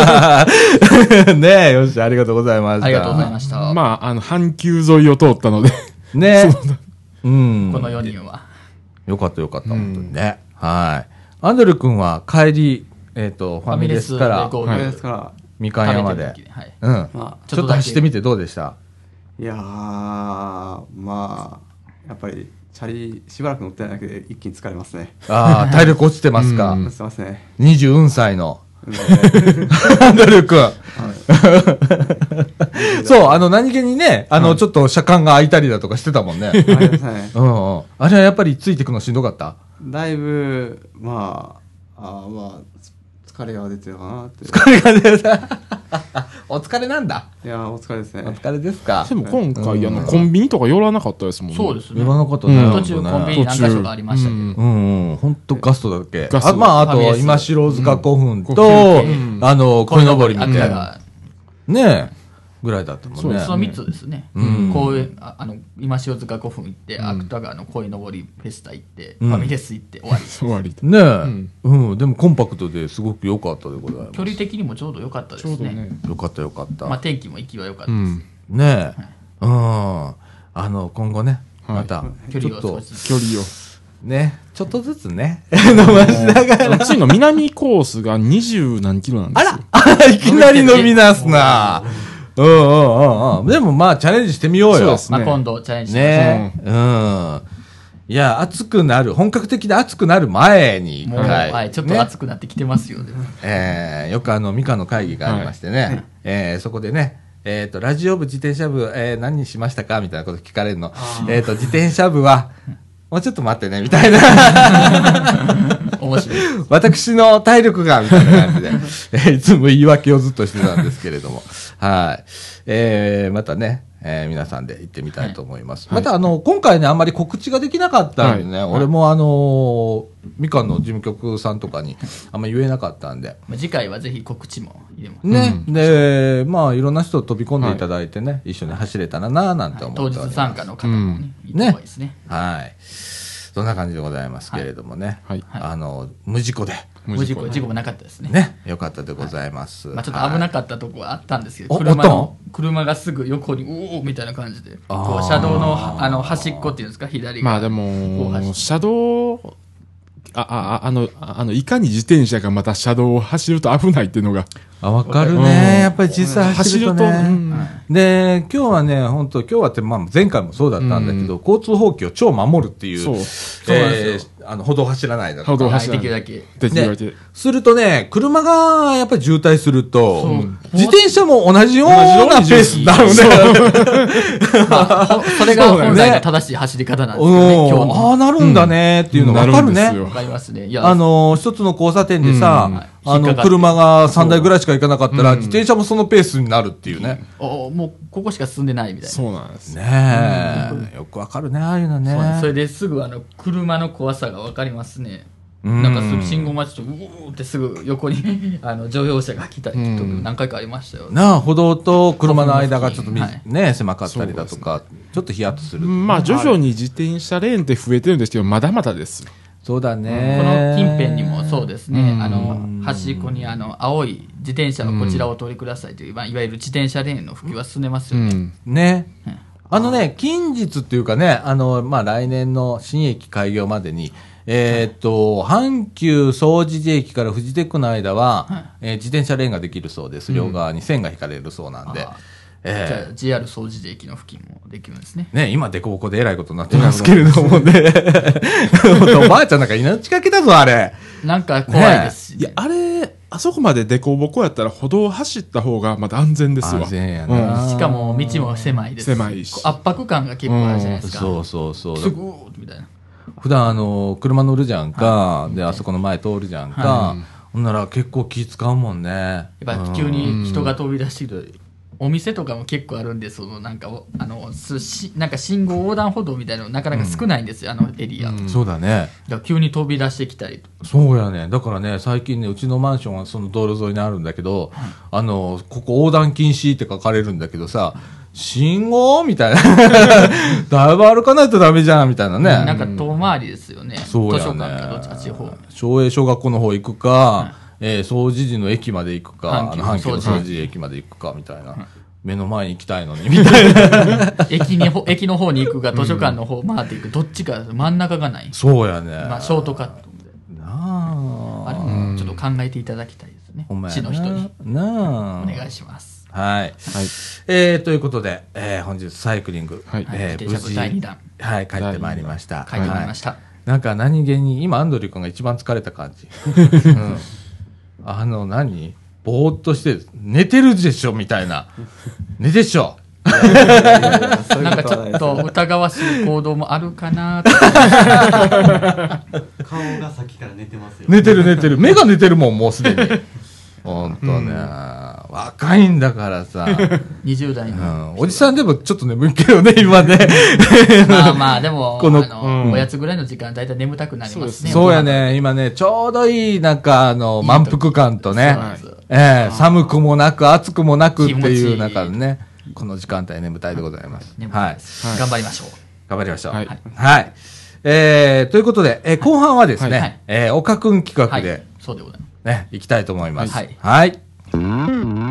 Speaker 1: [laughs] ねえ、よし、ありがとうございました。
Speaker 4: ありがとうございました。
Speaker 5: [laughs] まああの阪急沿いを通ったので
Speaker 1: ねえ、うん。
Speaker 4: この4人は。
Speaker 1: よかったよかった、本当にね。はい。アンドル君は帰り、えっ、と、ファミレスから
Speaker 4: ファミレスでゴー
Speaker 5: は
Speaker 3: あ
Speaker 5: い
Speaker 3: れですから
Speaker 1: みかん屋まで。
Speaker 4: 食べてる時にはい
Speaker 1: うん。
Speaker 3: ま
Speaker 1: ちょっと走ってみてどうでした
Speaker 3: あいやーまあやっぱりチャリしばらく乗ってないだけで一気に疲れますね、
Speaker 1: ああ、体力落ちてますか。
Speaker 5: うん
Speaker 3: すいませんね
Speaker 1: 24歳の。
Speaker 3: うん
Speaker 1: アンドル君。そう、あの、何気にね、あの、ちょっと車間が空いたりだとかしてたもんね。
Speaker 3: [laughs] あれですね
Speaker 1: うんうん。あれはやっぱりついてくのしんどかった
Speaker 3: だいぶまああーまあつ疲れが出てるかなって
Speaker 1: 疲れが出た。お疲れなんだ。
Speaker 3: いやーお疲れです
Speaker 1: お
Speaker 3: ね
Speaker 1: 疲れですか
Speaker 5: [laughs] で。も今回あのコンビニとか寄らなかったですもんね
Speaker 4: そうですね。
Speaker 1: 言わなかったね。
Speaker 5: うん
Speaker 1: ほ
Speaker 4: 途
Speaker 1: んと
Speaker 4: 中
Speaker 1: ね
Speaker 4: コンビニ何箇所かありましたけど、
Speaker 5: うん
Speaker 1: うんうん、本当ガストだっけ。
Speaker 5: ガスト
Speaker 1: あまあ、あ
Speaker 4: ファミレ
Speaker 1: と、
Speaker 4: ス
Speaker 1: 今城塚古墳と、
Speaker 4: 古墳
Speaker 1: あの、鯉のぼり見
Speaker 4: あ
Speaker 1: て、
Speaker 4: ったが
Speaker 1: ねえ、ぐらいだったもんね。
Speaker 4: その3つですね、
Speaker 1: うん
Speaker 4: 公園ああの今塩塚古墳行って、芥川の鯉のぼりフェスタ行って、
Speaker 1: ん
Speaker 4: ファミレス行って終わり
Speaker 5: 終わり
Speaker 1: ねえ、うん、でもコンパクトですごく良かったでございます。
Speaker 4: 距離的にもちょうど良かった
Speaker 5: ち
Speaker 4: です
Speaker 5: ょ
Speaker 4: ね
Speaker 5: うどね
Speaker 1: よかったよかった。
Speaker 4: まあ、天気も行きは良かった
Speaker 5: う
Speaker 4: です、
Speaker 5: ん
Speaker 1: ねえ、うん、あの、今後ね、
Speaker 5: はい
Speaker 1: また、
Speaker 4: 距
Speaker 1: ち
Speaker 4: 離
Speaker 1: ょっ
Speaker 4: を
Speaker 1: と
Speaker 4: 少、しずつ
Speaker 5: 距離を [laughs]
Speaker 1: ね、ちょっとずつね、 [laughs] 飲ましながら。
Speaker 5: うちの南コースが二十何キロなんで
Speaker 1: あ
Speaker 5: すよ
Speaker 1: ら [laughs] いきなり飲みなすな。
Speaker 4: [laughs]
Speaker 1: うんうんうんうん。でもまあ、チャレンジしてみようよ。
Speaker 5: そうです
Speaker 4: まあ、
Speaker 5: ね
Speaker 4: 今度チャレンジします
Speaker 1: ねうん。いや、暑くなる、本格的で暑くなる前に、
Speaker 4: もう、
Speaker 1: は
Speaker 4: はいいちょっと暑くなってきてますよ、ね、
Speaker 1: えーよくあの、ミカの会議がありましてね、えーそこでね、えっ、と、ラジオ部、自転車部、えー何にしましたかみたいなこと聞かれるの。えっ、と、自転車部 [laughs] は、もうちょっと待ってね、みたいな。
Speaker 4: 面白いです
Speaker 1: [laughs] 私の体力が、みたいな [laughs] 感じで、えーいつも言い訳をずっとしてたんですけれども、はい。えーまたね、えー皆さんで行ってみたいと思います。また、あの、今回ね、あんまり告知ができなかったんでね、俺もあのーみかんの事務局さんとかに、あんま言えなかったんで、
Speaker 4: まあ次回はぜひ告知も入れます、
Speaker 1: ね、で、まあ、いろんな人飛び込んでいただいてね、一緒に走れたらなぁなんて思って
Speaker 4: 当
Speaker 1: おり
Speaker 4: 日
Speaker 1: ます。
Speaker 4: 参加の方もね、
Speaker 1: ん
Speaker 4: 行った方がいいですね
Speaker 1: はい。そんな感じでございますけれどもね、
Speaker 5: はい
Speaker 1: あの、無事故で、
Speaker 4: 無事故、事故もなかったですね。
Speaker 1: ね、よかったでございます。
Speaker 4: まあ、ちょっと危な
Speaker 1: っ
Speaker 4: かったとこはあったんですけど、
Speaker 1: お
Speaker 4: 車
Speaker 1: おっ
Speaker 4: の車がすぐ横におおみたいな感じで
Speaker 1: あー
Speaker 4: こう車道のはあの端っこっていうんですか左が
Speaker 5: まあで
Speaker 4: こう走っ
Speaker 5: も、車道、あ、あ、あの、ああの、いかに自転車がまた車道を走ると危ないっていうのが、
Speaker 1: た。あ、わかる
Speaker 5: う
Speaker 1: ね。
Speaker 5: ん
Speaker 1: やっぱり実際走
Speaker 5: 走
Speaker 1: る
Speaker 5: る
Speaker 1: と
Speaker 5: と、
Speaker 1: ね。
Speaker 5: うん
Speaker 1: で、今日はね、本当今日はって、まあ、前回もそうだったんだけど、交通法規を超守るっていう、
Speaker 5: そう
Speaker 1: えー
Speaker 4: うなんです
Speaker 1: あの歩道走らないだと
Speaker 5: 歩道を
Speaker 4: は
Speaker 5: 走
Speaker 4: い
Speaker 5: ら
Speaker 4: で
Speaker 5: な
Speaker 4: き
Speaker 5: い
Speaker 4: る
Speaker 5: っ
Speaker 4: だけ
Speaker 5: て言われて、
Speaker 1: するとね、車がやっぱり渋滞すると
Speaker 4: そう、
Speaker 1: 自転車も同じようなペースになるね。
Speaker 4: まあほそれが本来の正しい走り方なんですよね今
Speaker 1: うん
Speaker 4: 日
Speaker 1: あ
Speaker 4: の
Speaker 1: あ、なるんだねっていうのがわかる
Speaker 5: なるんです
Speaker 1: ね
Speaker 5: よ。
Speaker 4: わかりますねいや
Speaker 1: あの、一つの交差点でさ、
Speaker 4: うん
Speaker 1: あ
Speaker 4: 引っか
Speaker 1: の、
Speaker 4: かって
Speaker 1: 車が3台ぐらいしか行かなかったら、自転車もそのペースになるっていうね。
Speaker 4: おもうここしか進んでないみたいな
Speaker 5: そうなんです。
Speaker 1: ねえ、よくわかるね、ああいうのね
Speaker 4: そうなんです。それですぐあの車の怖さが分かりますね。
Speaker 1: うん
Speaker 4: なんかすぐ信号待ちとうおーってすぐ
Speaker 1: [laughs]
Speaker 4: 横にあの乗用車が来たりとか何回かありましたよね。
Speaker 1: なあ歩道と車の間がちょっとみ、
Speaker 4: そうです
Speaker 1: ね狭かったりだとか、ちょっとヒヤッとする、
Speaker 5: まあ徐々に自転車レーンって増えてるんですけど、まだまだです。
Speaker 1: そうだね
Speaker 4: この近辺にもそうですね、あの端っこにあの青い自転車のこちらを通りくださいという、まあ、いわゆる自転車レーンの普及は進んでます
Speaker 5: う
Speaker 4: よね。
Speaker 5: ん。
Speaker 1: ねあのね近日っていうかねあの、まあ、来年の新駅開業までにえーっと阪急総持寺駅からフジテックの間は、えー自転車レーンができるそうです両側に線が引かれるそうなんで、
Speaker 4: あ
Speaker 1: え
Speaker 4: じ
Speaker 1: ー
Speaker 4: ゃあ JR 総除寺駅の付近もできるんですね。
Speaker 1: ね、今、デコボコでえらいことになってますけれどもね。ほん [laughs] とおばあちゃんなんか命がけだぞ、あれ。
Speaker 4: なんか怖いですし
Speaker 5: いや
Speaker 4: ね、、
Speaker 5: あれ、あそこまで凸凹やったら歩道を走った方がまだ安全ですわ。
Speaker 1: 安全や
Speaker 5: う
Speaker 1: な。
Speaker 5: ん
Speaker 4: しかも道も狭いです
Speaker 5: 狭いし
Speaker 4: こう圧迫感が結構あるじゃないですか。
Speaker 1: そうそうそう。
Speaker 4: すぐうおーみたいな。
Speaker 1: 普段あの車乗るじゃんか、であそこの前通るじゃんか、ほんなら結構気使うもんね
Speaker 4: やっぱ急に人が飛び出してくるとお店とかも結構あるんでそのなんかおあのすしなんか信号横断歩道みたいなのなかなか少ないんですよ、あのエリア、だか
Speaker 1: そうだね
Speaker 4: ら急に飛び出してきたりと
Speaker 1: そうやねだからね最近ねうちのマンションはその道路沿いにあるんだけど、あのここ横断禁止って書かれるんだけどさ信号み
Speaker 4: [laughs]
Speaker 1: たいなだいぶ歩かないとダメじゃんみたいなね、
Speaker 4: なんか遠回りですよね、
Speaker 1: そう
Speaker 4: 図
Speaker 1: や
Speaker 4: 書館かどっちか地方
Speaker 1: ね昭栄小学校の方行くか、えー総持寺の駅まで行くかあの阪
Speaker 4: 阪
Speaker 1: 急
Speaker 4: 急
Speaker 1: の
Speaker 4: の
Speaker 1: 総持寺駅まで行くかみたいな、目の前に行きたいの
Speaker 4: [laughs]
Speaker 1: にみたいな
Speaker 4: 駅
Speaker 1: [laughs]
Speaker 4: にほ駅の方に行くか図書館の方回っていくどっちか真ん中がない、
Speaker 1: そうやね。
Speaker 4: まあ、ショートカットみたい
Speaker 1: な
Speaker 4: な
Speaker 1: あ。
Speaker 4: あれもちょっと考えていただきたいですね
Speaker 1: ほんまや
Speaker 4: 市
Speaker 1: な
Speaker 4: の人に
Speaker 1: なあ。
Speaker 4: お願いします
Speaker 1: はい。はい。えー、ということで、えー、本日サイクリング、
Speaker 5: はい
Speaker 1: え
Speaker 4: はい
Speaker 1: ー、
Speaker 4: 自転車部第二弾
Speaker 1: はい、帰ってまいりました。
Speaker 4: 書いてみました、
Speaker 1: なんか何気に、今アンドリュー君が一番疲れた感じ。 [laughs] うん、あの何、ぼーっとして、寝てるでしょみたいな。寝てっしょ
Speaker 3: そうい
Speaker 4: な
Speaker 3: うん
Speaker 4: か
Speaker 3: こと
Speaker 4: ち
Speaker 3: はな
Speaker 4: ょ
Speaker 3: い
Speaker 4: っ
Speaker 3: ですよ
Speaker 4: と疑わしい行動もあるかなと
Speaker 1: [laughs]
Speaker 6: 顔が先から寝てますよ
Speaker 1: 寝てる寝てる。目が寝てるもん、もうすでに。ほんとね、若いんだからさ。
Speaker 4: 20代
Speaker 1: う
Speaker 4: の
Speaker 1: ん、おじさんでもちょっと眠いけどね、今 [laughs] ね。
Speaker 4: [laughs] まあまあ、でも、
Speaker 1: この
Speaker 4: あのおやつぐらいの時間、だいたい眠たくなりますね。
Speaker 1: そうやね、今ね、ちょうどいい、なんか、あの、満腹感とね
Speaker 4: そうなんです、
Speaker 1: ええ寒くもなく、暑くもなくって
Speaker 4: 気持ち
Speaker 1: い
Speaker 4: いうい
Speaker 1: 中でね、この時間帯眠たいでございます。
Speaker 4: 眠
Speaker 1: は
Speaker 4: た
Speaker 1: い
Speaker 4: いで。す。頑張りましょう。
Speaker 1: 頑張りましょう。は
Speaker 5: はいい。
Speaker 1: えーということで、えー後半はです
Speaker 4: はいはい
Speaker 1: ね、えー岡くん企
Speaker 4: は
Speaker 1: 画
Speaker 4: い
Speaker 1: で、。
Speaker 4: そうでございま
Speaker 1: ね、行きたいと思います。
Speaker 4: はいはい
Speaker 1: はい。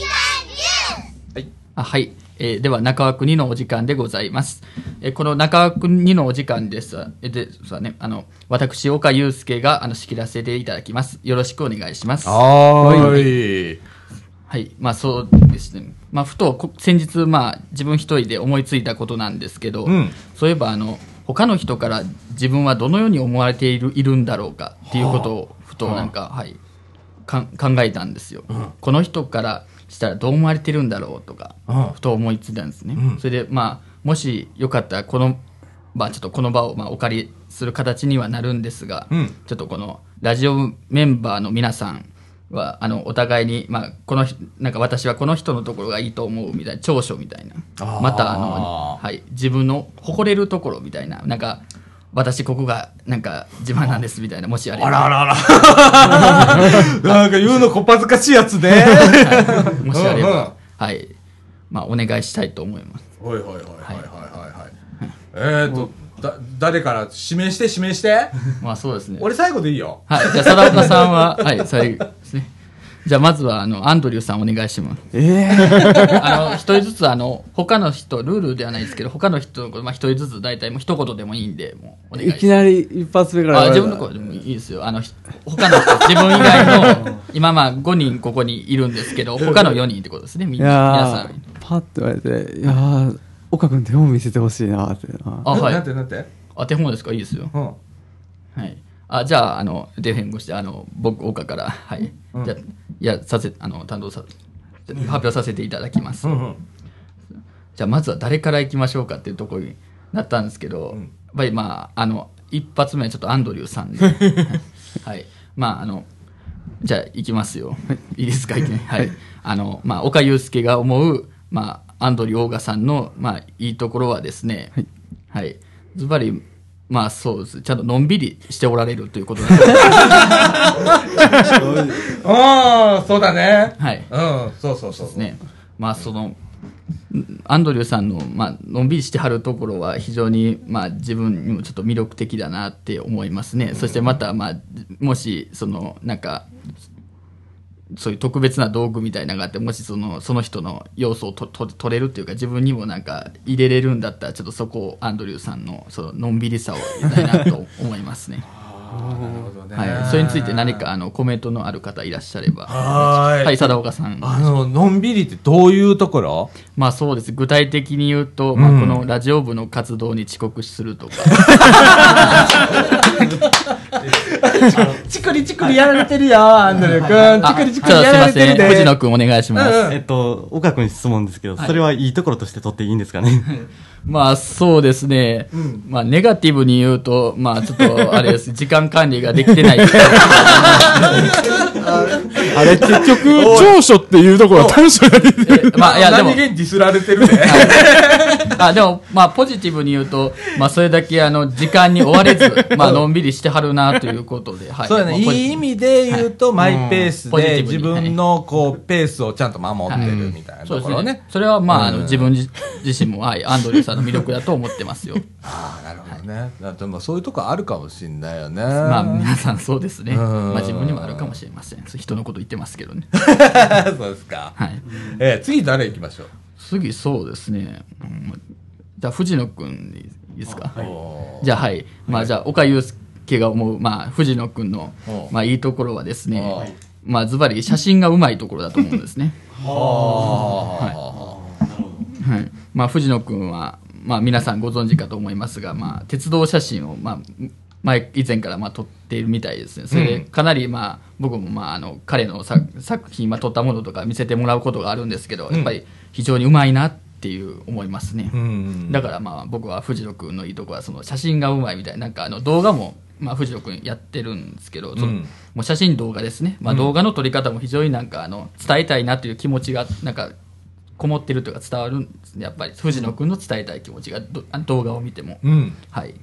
Speaker 4: す。あはい。えーでは、中枠2のお時間でございます。えーこの中枠2のお時間ですわ。えーですわね、あの、私、岡祐介が、あの、仕切らせていただきます。よろしくお願いします。
Speaker 1: はーい。
Speaker 4: はい、まあそうですね、まあ、ふとこ先日、まあ、自分一人で思いついたことなんですけど、
Speaker 1: うん
Speaker 4: そういえばあの他の人から自分はどのように思われているいるんだろうかっていうことをふとなんか、はい、かん考えたんですよ、この人からしたらどう思われてるんだろうとか、ふと思いついたんですね、それでまあもしよかったらこのまあ、ちょっとこの場をまあお借りする形にはなるんですが、ちょっとこのラジオメンバーの皆さんはあのお互いに、まあ、この人なんか私はこの人のところがいいと思うみたいな長所みたいなまたあの、はい、自分の誇れるところみたいななんか私ここがなんか自慢なんですみたいなもしあれば
Speaker 1: あらあらあら。
Speaker 4: [laughs]
Speaker 1: なんか言うのこっぱずかしいやつね。
Speaker 4: もしあれば、
Speaker 1: うんうん
Speaker 4: はいまあ、お願いしたいと思います。
Speaker 1: はいはいはいはいはいはいはい。えっと、だ、誰から指名して指名して。
Speaker 4: [laughs] まあそうですね
Speaker 1: 俺最後でいいよ。
Speaker 4: はい、じゃあ、貞岡さんは、 [laughs] はい、最後ですね。じゃあ、まずは、あの、アンドリューさんお願いします。 [laughs] あの、一人ずつ、あの、他の人、ルールではないですけど、他の人のこと、まあ、一人ずつ、大体、もう一言でもいいんで、もう、お願い
Speaker 2: い
Speaker 4: し
Speaker 2: き
Speaker 4: ます。
Speaker 2: なり一発目から
Speaker 4: あ自分の声でもいいですよ。あの、ひ他の人、自分以外の、今まあ5人ここにいるんですけど、他の4人ってことですね、み
Speaker 2: い
Speaker 4: んな、皆さ
Speaker 2: や
Speaker 4: ん。
Speaker 2: ーパッと言われていやー岡君手本見せてほしいなってな
Speaker 4: あ、は
Speaker 1: なん
Speaker 4: い。
Speaker 1: てなんて。
Speaker 4: あ、手本ですかいいですよ。
Speaker 1: うん。
Speaker 4: はい。あ、じゃあ、あの、で変更して、あの、僕、岡から、はい。じゃあいや、させ、あの、担当さ、発表させていただきます。
Speaker 1: うん
Speaker 4: [laughs]
Speaker 1: うん。
Speaker 4: じゃあ、まずは誰から行きましょうかっていうところになったんですけど、やっぱりまあ、あの、一発目はちょっとアンドリューさんで、 [laughs] はい。まあ、あの、じゃあ、行きますよ。いいですか、いきなりはい。あの、まあ、岡祐介が思う、まあ、アンドリュー・オーガさんの、まあ、いいところはですね、はい。ズバリ、まあ、そうです。ちゃんとのんびりしておられるということなんで、
Speaker 1: ああ、そうだね。
Speaker 4: はい。
Speaker 1: うん、そうそうそう。
Speaker 4: ね、まあそのんアンドリューさんの、まあのんびりしてはるところは非常に、まあ、自分にもちょっと魅力的だなって思いますね、そしてまた、まあ、もしそのなんかそういう特別な道具みたいなのがあってもしそのその人の要素をとと取れるっていうか自分にもなんか入れれるんだったらちょっとそこをアンドリューさんのそののんびりさを入れたいなと思
Speaker 1: [laughs]
Speaker 4: いますね、
Speaker 1: なるほどね
Speaker 4: はい、それについて何かあのコメントのある方いらっしゃれば
Speaker 1: はーい
Speaker 4: はい貞岡さん
Speaker 1: あの、のんびりってどういうところ
Speaker 4: まあそうです具体的に言うと、まあ、このラジオ部の活動に遅刻すると
Speaker 1: [laughs]
Speaker 4: か、
Speaker 1: チクリチクリやられてるよ、アンドレ君。チクリチクリ
Speaker 4: ちょ
Speaker 1: や
Speaker 4: っとすい
Speaker 1: ら
Speaker 4: ま
Speaker 1: れて
Speaker 4: せ
Speaker 1: る
Speaker 4: ん
Speaker 1: で。
Speaker 4: 藤野君お願いします、
Speaker 1: うん
Speaker 6: えっと、岡君に質問ですけど、それはいいところとして取っていいんですかね。
Speaker 4: まあそうですね、まあネガティブに言うとまあちょっとあれです時間管理ができてない
Speaker 5: あれ結局、 [laughs] 長所っていうところは短所が出て
Speaker 1: [laughs]
Speaker 5: る。
Speaker 4: まあいやでも
Speaker 1: 何気にディスられてるね。
Speaker 4: あでもまあポジティブに言うと、まあ、それだけあの時間に追われ
Speaker 1: [laughs]
Speaker 4: ず、まあのんびりしてはるなということで、はい
Speaker 1: そうだ
Speaker 4: ま
Speaker 1: ね、
Speaker 4: あ
Speaker 1: い
Speaker 4: ポジ
Speaker 1: い意味で言うと、マイペース
Speaker 4: ポジテ
Speaker 1: で
Speaker 4: ィブに
Speaker 1: 自分のこうペースをちゃんと守ってるみたいなと
Speaker 4: そうで
Speaker 1: こ
Speaker 4: す
Speaker 1: ろ
Speaker 4: ね
Speaker 1: ね。
Speaker 4: それはまああの自分自自身も、はい、アンドリューさんの魅力だと思ってま
Speaker 1: [laughs]
Speaker 4: すよ
Speaker 1: ああ、なるほどね。だってまあそういうとこあるかもしんないよね。
Speaker 4: ま
Speaker 1: [laughs]
Speaker 4: あ皆さんそうですね、
Speaker 1: ん
Speaker 4: まあ、自分にもあるかもしれません人のこと言ってますけどね
Speaker 1: そうですか。
Speaker 4: はい
Speaker 1: えー次誰行きましょう
Speaker 4: 次そうですね、うんじゃあ藤野君にいいですか、じゃあはいまあじゃあ岡祐介が思う、まあ、藤野君の
Speaker 1: おう
Speaker 4: まあいいところはです
Speaker 1: は
Speaker 4: ね
Speaker 1: い
Speaker 4: まあズバリ写真がうまいところだと思うんです [laughs] ね
Speaker 1: は
Speaker 4: はいまあ藤野君はまあ皆さんご存知かと思いますがまあ鉄道写真をまあ前以前からまあ撮っているみたいですねそれでかなりまあ僕もまああの彼の作作品まあ撮ったものとか見せてもらうことがあるんですけどやっぱり非常にうまいなっていう思いますね、
Speaker 1: うん。
Speaker 4: だからまあ僕は藤野君のいいとこはその写真がうまいみたいななんかあの動画もまあ藤野君やってるんですけど、その
Speaker 1: うん
Speaker 4: もう写真動画ですね、まあ、動画の撮り方も非常になんかあの伝えたいなという気持ちがなんかこもってるというか伝わるんですねやっぱり藤野君の伝えたい気持ちがどあ動画を見ても、
Speaker 1: うん。
Speaker 4: はい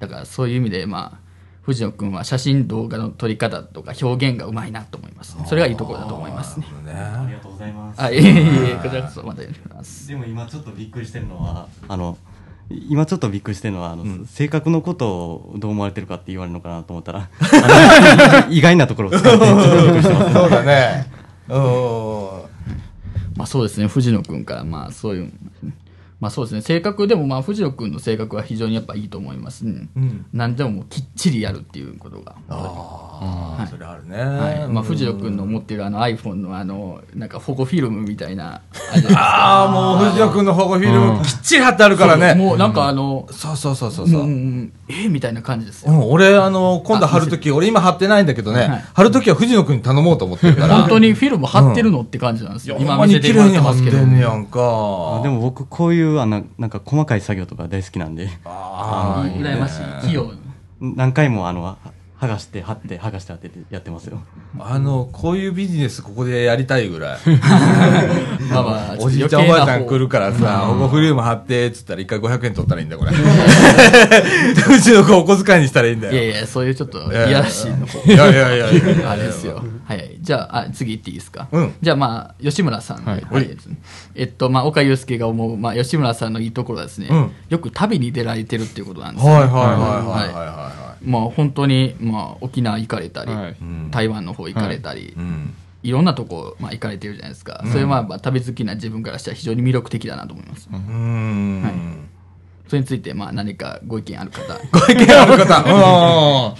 Speaker 4: だからそういう意味でまあ藤野君は写真動画の撮り方とか表現がうまいなと思いますそれがいいところだと思いますね
Speaker 6: ありがとうございます
Speaker 4: あいえいえ [laughs] こちらこそまたよろしくお願いします
Speaker 6: でも今ちょっとびっくりしてるのはあの今ちょっとびっくりしてるのはあの、性格のことをどう思われてるかって言われるのかなと思った [laughs] らあの意外なところを使ってちょ [laughs] っとびっくりしてます
Speaker 1: そうだね。うん。
Speaker 4: まあそうですね、藤野君から、まあそういう、まあそうですね性格でもまあ藤野君の性格は非常にやっぱいいと思います、うん
Speaker 1: うん
Speaker 4: 何でももうきっちりやるっていうことが、
Speaker 1: ああ、それあるね。
Speaker 4: はいまあ、藤野君の持ってるあの iPhone のあのなんか保護フィルムみたいなあれじゃないですか
Speaker 1: ああ、もう藤野君の保護フィルムきっちり貼ってあるからね。
Speaker 4: もうなんかあの、
Speaker 1: そうそうそうそう
Speaker 4: うん
Speaker 1: そうう。
Speaker 4: ん、えーみたいな感じです
Speaker 1: う
Speaker 4: よ、
Speaker 1: ん、俺、あの、今度貼るとき、俺今貼ってないんだけどね、
Speaker 4: はい
Speaker 1: 貼るときは藤野くんに頼もうと思ってるから。
Speaker 4: 本当にフィルム貼ってるのって感じなんですよ、
Speaker 1: ほん
Speaker 4: 今
Speaker 1: ま
Speaker 4: 見
Speaker 1: に
Speaker 4: せて
Speaker 1: 綺
Speaker 4: もら
Speaker 1: 麗
Speaker 4: っ
Speaker 1: に
Speaker 4: て
Speaker 1: 貼
Speaker 4: ま
Speaker 1: っ
Speaker 4: す
Speaker 1: て
Speaker 4: けど
Speaker 1: んねやんか。
Speaker 6: でも僕こういうあのなんか細かい作業とか大好きなんで
Speaker 1: ああ、
Speaker 4: 羨ましい器用
Speaker 6: 何回もあのは剥がして貼って剥がして貼ってってやってますよ
Speaker 1: あの、こういうビジネスここでやりたいぐらい。
Speaker 4: まあまあ
Speaker 1: おじいちゃんおばあちゃん来る
Speaker 4: か
Speaker 1: からさ、保護フィルム貼って、っつったら一回500円取ったらいいんだよ、これ。 [laughs] うちの子お小遣いにしたらいいんだ
Speaker 4: いや
Speaker 1: よ。
Speaker 4: いやそういうちょっといやらしいの方
Speaker 1: いやいやいやいやいや
Speaker 4: [laughs] あれですよ。はい。じゃあ、あ次行っていいですか。
Speaker 1: うん
Speaker 4: じゃあ、まあ、吉村さんで。
Speaker 5: はい
Speaker 4: はいえっと、まあ、岡祐介が思う、まあ、吉村さんのいいところはですね、
Speaker 1: うん
Speaker 4: よく旅に出られてるっていうことなんです
Speaker 1: はい
Speaker 4: よ、
Speaker 1: はいはいはいはいは
Speaker 4: まあ、本当に、まあ、沖縄行かれたり、
Speaker 5: はい
Speaker 1: ん
Speaker 4: 台湾の方行かれたり、
Speaker 1: い。うん。
Speaker 4: い、ろんなとこ、まあ、行かれてるじゃないですか。それは、まあまあ、旅好きな自分からしたら非常に魅力的だなと思います。
Speaker 1: うーん。
Speaker 4: それについて、まあ、何かご意見ある方。
Speaker 1: ご意見ある
Speaker 4: [laughs]
Speaker 1: 方。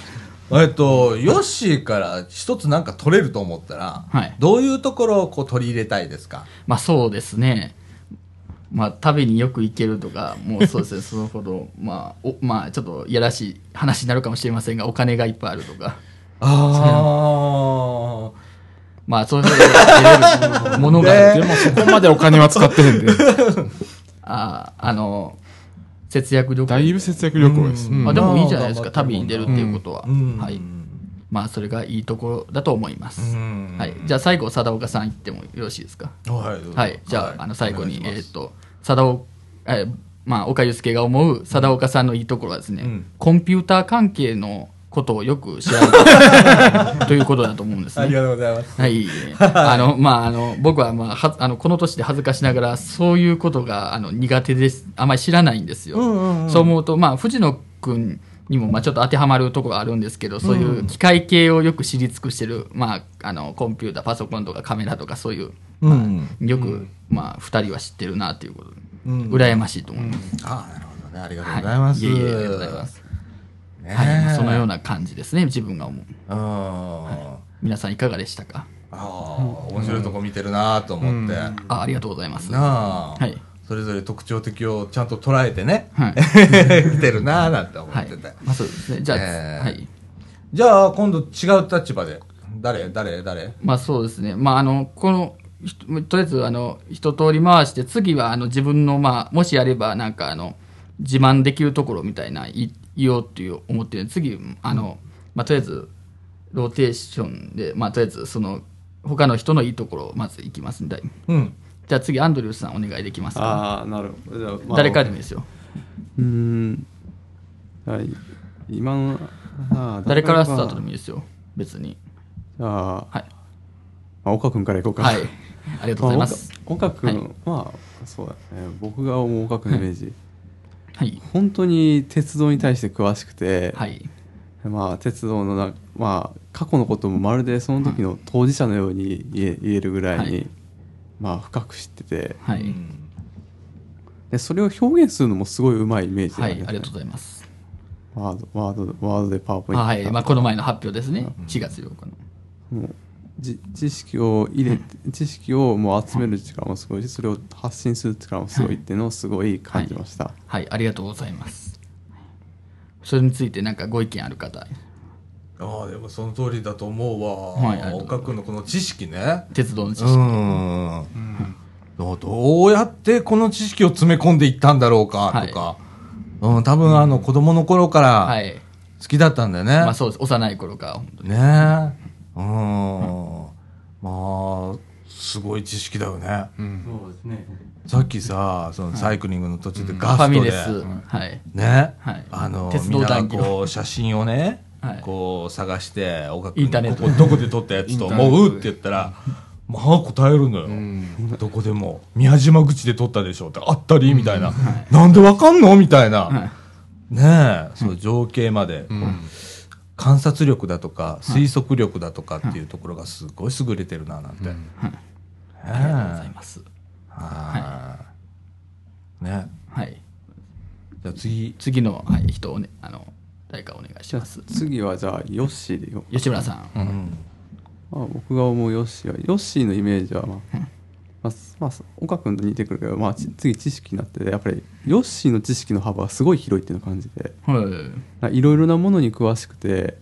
Speaker 1: うん。えっと、ヨッシーから一つなんか取れると思ったら、
Speaker 4: はい
Speaker 1: どういうところをこう取り入れたいですか
Speaker 4: まあそうですね。まあ旅によく行けるとか、もうそうですね、そのほど、まあ、おまあちょっといやらしい話になるかもしれませんが、お金がいっぱいあるとか、
Speaker 1: あ
Speaker 4: まあそういうものがある
Speaker 5: でもそこまでお金は使ってへんで。
Speaker 4: ああの、節約旅行。
Speaker 5: [laughs] だいぶ節約旅行です。うん
Speaker 4: まあでもいいじゃないですか、旅に出るっていうことは。
Speaker 1: うん
Speaker 4: はい。まあそれがいいところだと思います。
Speaker 1: ん
Speaker 4: はい。じゃあ最後、貞岡さん行ってもよろしいですか。
Speaker 1: あ。はいどうぞ。
Speaker 4: はい、じゃあ,、あの最後
Speaker 1: お
Speaker 4: に、え
Speaker 1: 願いします
Speaker 4: ーっと貞岡、えーまあ、岡祐介が思う貞岡さんのいいところはですね、
Speaker 1: うん
Speaker 4: コンピューター関係のことをよく知られ [laughs] ているということだと思うんです
Speaker 1: あり
Speaker 4: ね。
Speaker 1: がとうございます。
Speaker 4: はい、 [laughs] あのまああの僕は、まあ、はあのこの年で恥ずかしながらそういうことがあの苦手ですあまり知らないんですよ、そう思うと、まあ、藤野君にも、まあ、ちょっと当てはまるところがあるんですけどそういう機械系をよく知り尽くしてる、まあ、あのコンピューターパソコンとかカメラとかそういう
Speaker 1: うん。
Speaker 4: よく、まあ2人は知ってるなということで、羨ましいと思います、
Speaker 1: ああ、なるほどね。ありがとう
Speaker 4: はい
Speaker 1: ございます。
Speaker 4: いえいえありがとうございます、
Speaker 1: ねえ
Speaker 4: はいまあそのような感じですね自分が思う
Speaker 1: うん。
Speaker 4: 皆さんいかがでしたか
Speaker 1: ああ、面白いとこ見てるなと思って。な
Speaker 4: あありがとうございます
Speaker 1: あ、
Speaker 4: はい
Speaker 1: それぞれ特徴的をちゃんと捉えてね、
Speaker 4: はい
Speaker 1: [laughs] 見てるなあなんて思っ
Speaker 4: はい
Speaker 1: てて。
Speaker 4: まあそうですねじゃあ、
Speaker 1: えー
Speaker 4: はい
Speaker 1: じゃあ、今度違う立場で。誰誰誰
Speaker 4: まあそうですねまああのこのひととりあえずあの一通り回して次はあの自分のまあもしやればなんかあの自慢できるところみたいない言おうっていう思ってるんで次あの、まあ、とりあえずローテーションで、まあ、とりあえずその他の人のいいところをまずいきますんで
Speaker 1: うん。
Speaker 4: じゃあ次アンドリュースさんお願いできますか、
Speaker 3: ああなるほどじゃあ、まあ
Speaker 4: 誰かでもいいですよ
Speaker 3: うーんはい今のあ
Speaker 4: 誰からスタートで
Speaker 3: じ
Speaker 4: もいいですよ別に
Speaker 3: ゃあ、
Speaker 4: はい
Speaker 3: まあ、岡君からいこうか
Speaker 4: はいありがとうございます、
Speaker 3: あ岡岡君、まあそうだね僕が思う岡君のイメージ、
Speaker 4: はい
Speaker 3: 本当に鉄道に対して詳しくて、
Speaker 4: はい
Speaker 3: まあ、鉄道のな、まあ、過去のこともまるでその時の当事者のように言え,、言えるぐらいに、
Speaker 4: はい
Speaker 3: まあ、深く知ってて
Speaker 4: はい、
Speaker 3: でそれを表現するのもすごいうまいイメージ
Speaker 4: はい、あり
Speaker 3: ね
Speaker 4: がとうございます
Speaker 3: ワードワードワードでパワーポイント、
Speaker 4: はい、まあ、この前の発表ですね、4月8日の。
Speaker 3: もうじ知識を入れて知識をもう集める力もすごいしそれを発信する力もすごいっていうのをすごい感じました、
Speaker 4: はい、ありがとうございます。それについて、なんかご意見ある方、
Speaker 1: ああ、でもその通りだと思うわ。
Speaker 4: はいありがとう
Speaker 1: 岡君のこの知識ね。
Speaker 4: 鉄道の知
Speaker 1: う
Speaker 4: 識、
Speaker 1: ん。どうどうやってこの知識を詰め込んでいったんだろうかとか、うん、多分あの子供の頃から
Speaker 4: はい、
Speaker 1: 好きだったんだよね。
Speaker 4: まあ、そうです、幼い頃から、本当に
Speaker 1: ねえ。うん。まあ、すごい知識だよね。
Speaker 6: そうですね
Speaker 1: さっきさ、そのサイクリングの途中でガ
Speaker 4: ファ
Speaker 1: ス
Speaker 4: ミ
Speaker 1: ト
Speaker 4: レ
Speaker 1: で、
Speaker 4: ス、はい、
Speaker 1: ね、
Speaker 4: はい
Speaker 1: あの、
Speaker 4: 鉄
Speaker 1: みん
Speaker 4: 道
Speaker 1: なが
Speaker 4: 談義を
Speaker 1: こう写真をね、
Speaker 4: はい
Speaker 1: こう探して、岡
Speaker 4: インターネッ
Speaker 1: 君、
Speaker 4: ト
Speaker 1: ここどこで撮ったやつと思うって言ったら、まあ答えるのよ。どこでも。宮島口で撮ったでしょって、あったりみたいな。なんでわかんのみたいな。
Speaker 4: はい
Speaker 1: ねえ、そう情景まで、観察力だとか推測力だとかっていうところがすごい優れてるななんて。ねえ
Speaker 4: ありがとうございます。
Speaker 1: はいね。
Speaker 4: はい、
Speaker 1: じゃあ次、
Speaker 4: 次の、はい、人をねあの誰かお願いし
Speaker 3: じゃあ
Speaker 4: ます
Speaker 3: 次はじゃあヨッシーでよ、
Speaker 4: 吉村さん、
Speaker 1: うん。
Speaker 3: まあ、僕が思うヨッシーはヨッシーのイメージはまあ、まあまあ、岡君と似てくるけど、まあ、ち次知識になってやっぱりヨッシーの知識の幅がすごい広いっていうのを感じて
Speaker 4: はい
Speaker 3: ろいろなものに詳しくて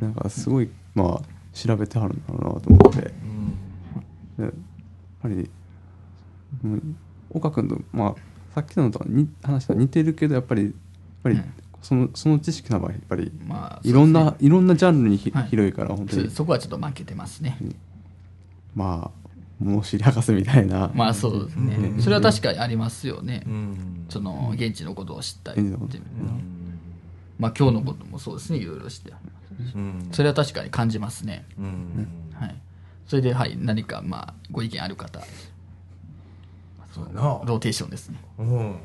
Speaker 3: なんかすごいまあ調べてはるんだろうなと思って、でやっぱりうん岡君と、まあ、さっきのとに話と似てるけどやっぱりやっぱり
Speaker 4: うん
Speaker 3: そのその知識の幅がやっぱり
Speaker 4: い、まあ
Speaker 3: いろんな、いろんなジャンルにひ、
Speaker 4: はい
Speaker 3: 広いから
Speaker 4: そう
Speaker 3: 本当
Speaker 4: です
Speaker 3: に
Speaker 4: ねそそこはちょっと負けてますね、
Speaker 3: まあ物知り博士みたいな、
Speaker 4: まあそうですね、
Speaker 1: うん
Speaker 4: それは確かにありますよね、
Speaker 1: うん。
Speaker 4: その現地のことを知ったり、
Speaker 3: 現地のこと
Speaker 4: まあ今日のこともそうですねいろいろして
Speaker 1: うん。
Speaker 4: それは確かに感じますね、
Speaker 1: うん。
Speaker 4: はい、それではい何かまあご意見ある方
Speaker 1: そうやな。
Speaker 4: ローテーションですね
Speaker 1: うん。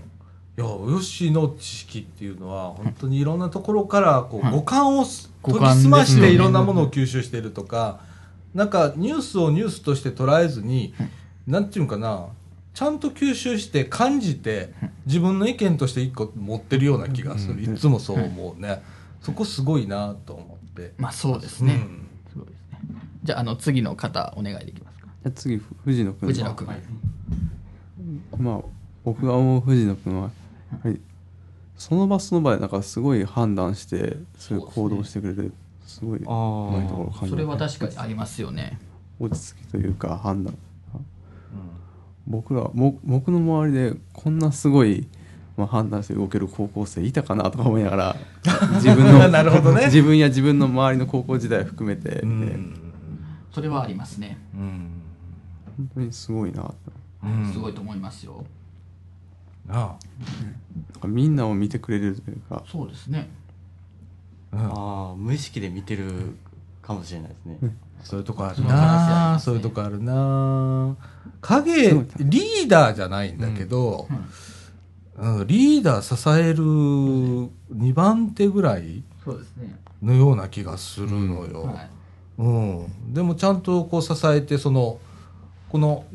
Speaker 1: いや、ヨッシーの知識っていうのは、本当にいろんなところから、こう、
Speaker 4: はい
Speaker 1: 五感をす
Speaker 4: 五
Speaker 1: 研
Speaker 4: 感
Speaker 1: ぎ
Speaker 4: です
Speaker 1: 澄
Speaker 4: ね
Speaker 1: ましていろんなものを吸収しているとか、なんかニュースをニュースとして捉えずに、なんていうんかな、ちゃんと吸収して感じて、自分の意見として一個持ってるような気がする。いつもそう思うね。そこすごいなと思って。
Speaker 4: まあそうですね、
Speaker 1: うん
Speaker 4: すごいですねじゃああの次の方お願いできますか
Speaker 3: じゃあ次ふ藤野君
Speaker 4: 藤野君、
Speaker 3: まあ僕が思う藤野君はやっぱりその場その場でなんかすごい判断してそういう行動してくれるすごい
Speaker 6: あー
Speaker 3: うまいところを感じる
Speaker 4: それは確かにありますよね
Speaker 3: 落ち着きというか判断、僕らも僕の周りでこんなすごい、まあ、判断して動ける高校生いたかなとか思いなが
Speaker 1: [laughs]
Speaker 3: ら自分の
Speaker 1: なるほどね
Speaker 3: 自分や自分の周りの高校時代を含めて、
Speaker 4: それはありますね、
Speaker 1: うん。
Speaker 3: 本当にすごいなと
Speaker 1: うん
Speaker 4: すごいと思いますよ
Speaker 1: な
Speaker 3: なんかみんなを見てくれるというか
Speaker 4: そうですね
Speaker 1: あ。
Speaker 6: ああ無意識で見てるかもしれないですね。
Speaker 1: そういうとこある
Speaker 4: その話あり
Speaker 1: な
Speaker 4: ま
Speaker 1: あ
Speaker 4: す
Speaker 1: そう
Speaker 4: ね
Speaker 1: いうとこあるなあ影リーダーじゃないんだけど、うんリーダー支える2番手ぐらい
Speaker 4: そうですね
Speaker 1: のような気がするのよ、
Speaker 4: はい
Speaker 1: うん、でもちゃんとこう支えてそのこの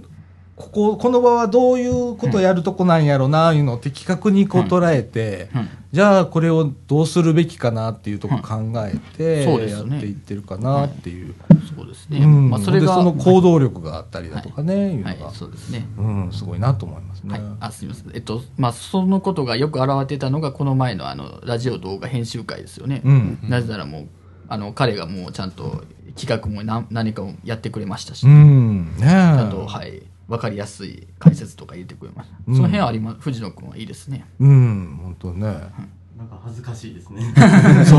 Speaker 1: こここの場はどういうことやるとこなんやろなあいうのを的確にこう捉えて、
Speaker 4: うん
Speaker 1: じゃあこれをどうするべきかなっていうとこ考え
Speaker 4: うんそう
Speaker 1: て
Speaker 4: で
Speaker 1: や
Speaker 4: す
Speaker 1: っ
Speaker 4: ね
Speaker 1: ていってるかなっていう。
Speaker 4: そうですね、
Speaker 1: うん
Speaker 4: まあそれ
Speaker 1: で
Speaker 4: が
Speaker 1: その行動力があったりだとかね、い、う
Speaker 4: は
Speaker 1: の
Speaker 4: い
Speaker 1: が、
Speaker 4: そうですね
Speaker 1: うん、すごいなと思いますね。
Speaker 4: はい、あすみません、えっとまあ、そのことがよく表れてたのが、この前のあのラジオ動画編集会ですよね、
Speaker 1: うん
Speaker 4: なぜならもう、あの彼がもうちゃんと企画も何何かもやってくれましたし、
Speaker 1: うん、ねえ。
Speaker 4: あと、はい、分かりやすい解説とか入れてくれました、
Speaker 1: うん
Speaker 4: その辺はあります、藤野君はいいですね、 [laughs]
Speaker 1: うん、本当ね。
Speaker 6: なんか恥ずかしいですね。
Speaker 1: そう、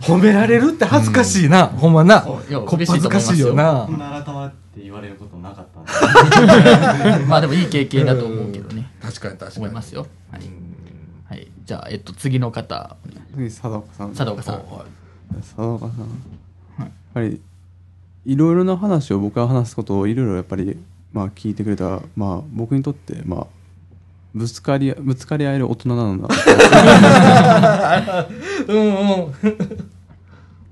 Speaker 1: 褒められるって恥ずかしいな、ほんまな。こ
Speaker 4: そういや
Speaker 1: っ恥ずかしいよな
Speaker 6: こん。な改まって言われることなかったんで。
Speaker 4: まあでもいい経験だと思うけどね、
Speaker 1: 確かに確かに。
Speaker 4: 思いますよ。はいはい、じゃあ、えっと、次の方、
Speaker 3: 次佐藤さん
Speaker 4: 佐藤さん。
Speaker 3: 佐岡さん、やっぱりいろいろな話を僕が話すことをいろいろやっぱり、まあ、聞いてくれた、まあ、僕にとって、まあ、ぶつかりぶつかり合える大人なのだ [laughs]
Speaker 1: うんうん。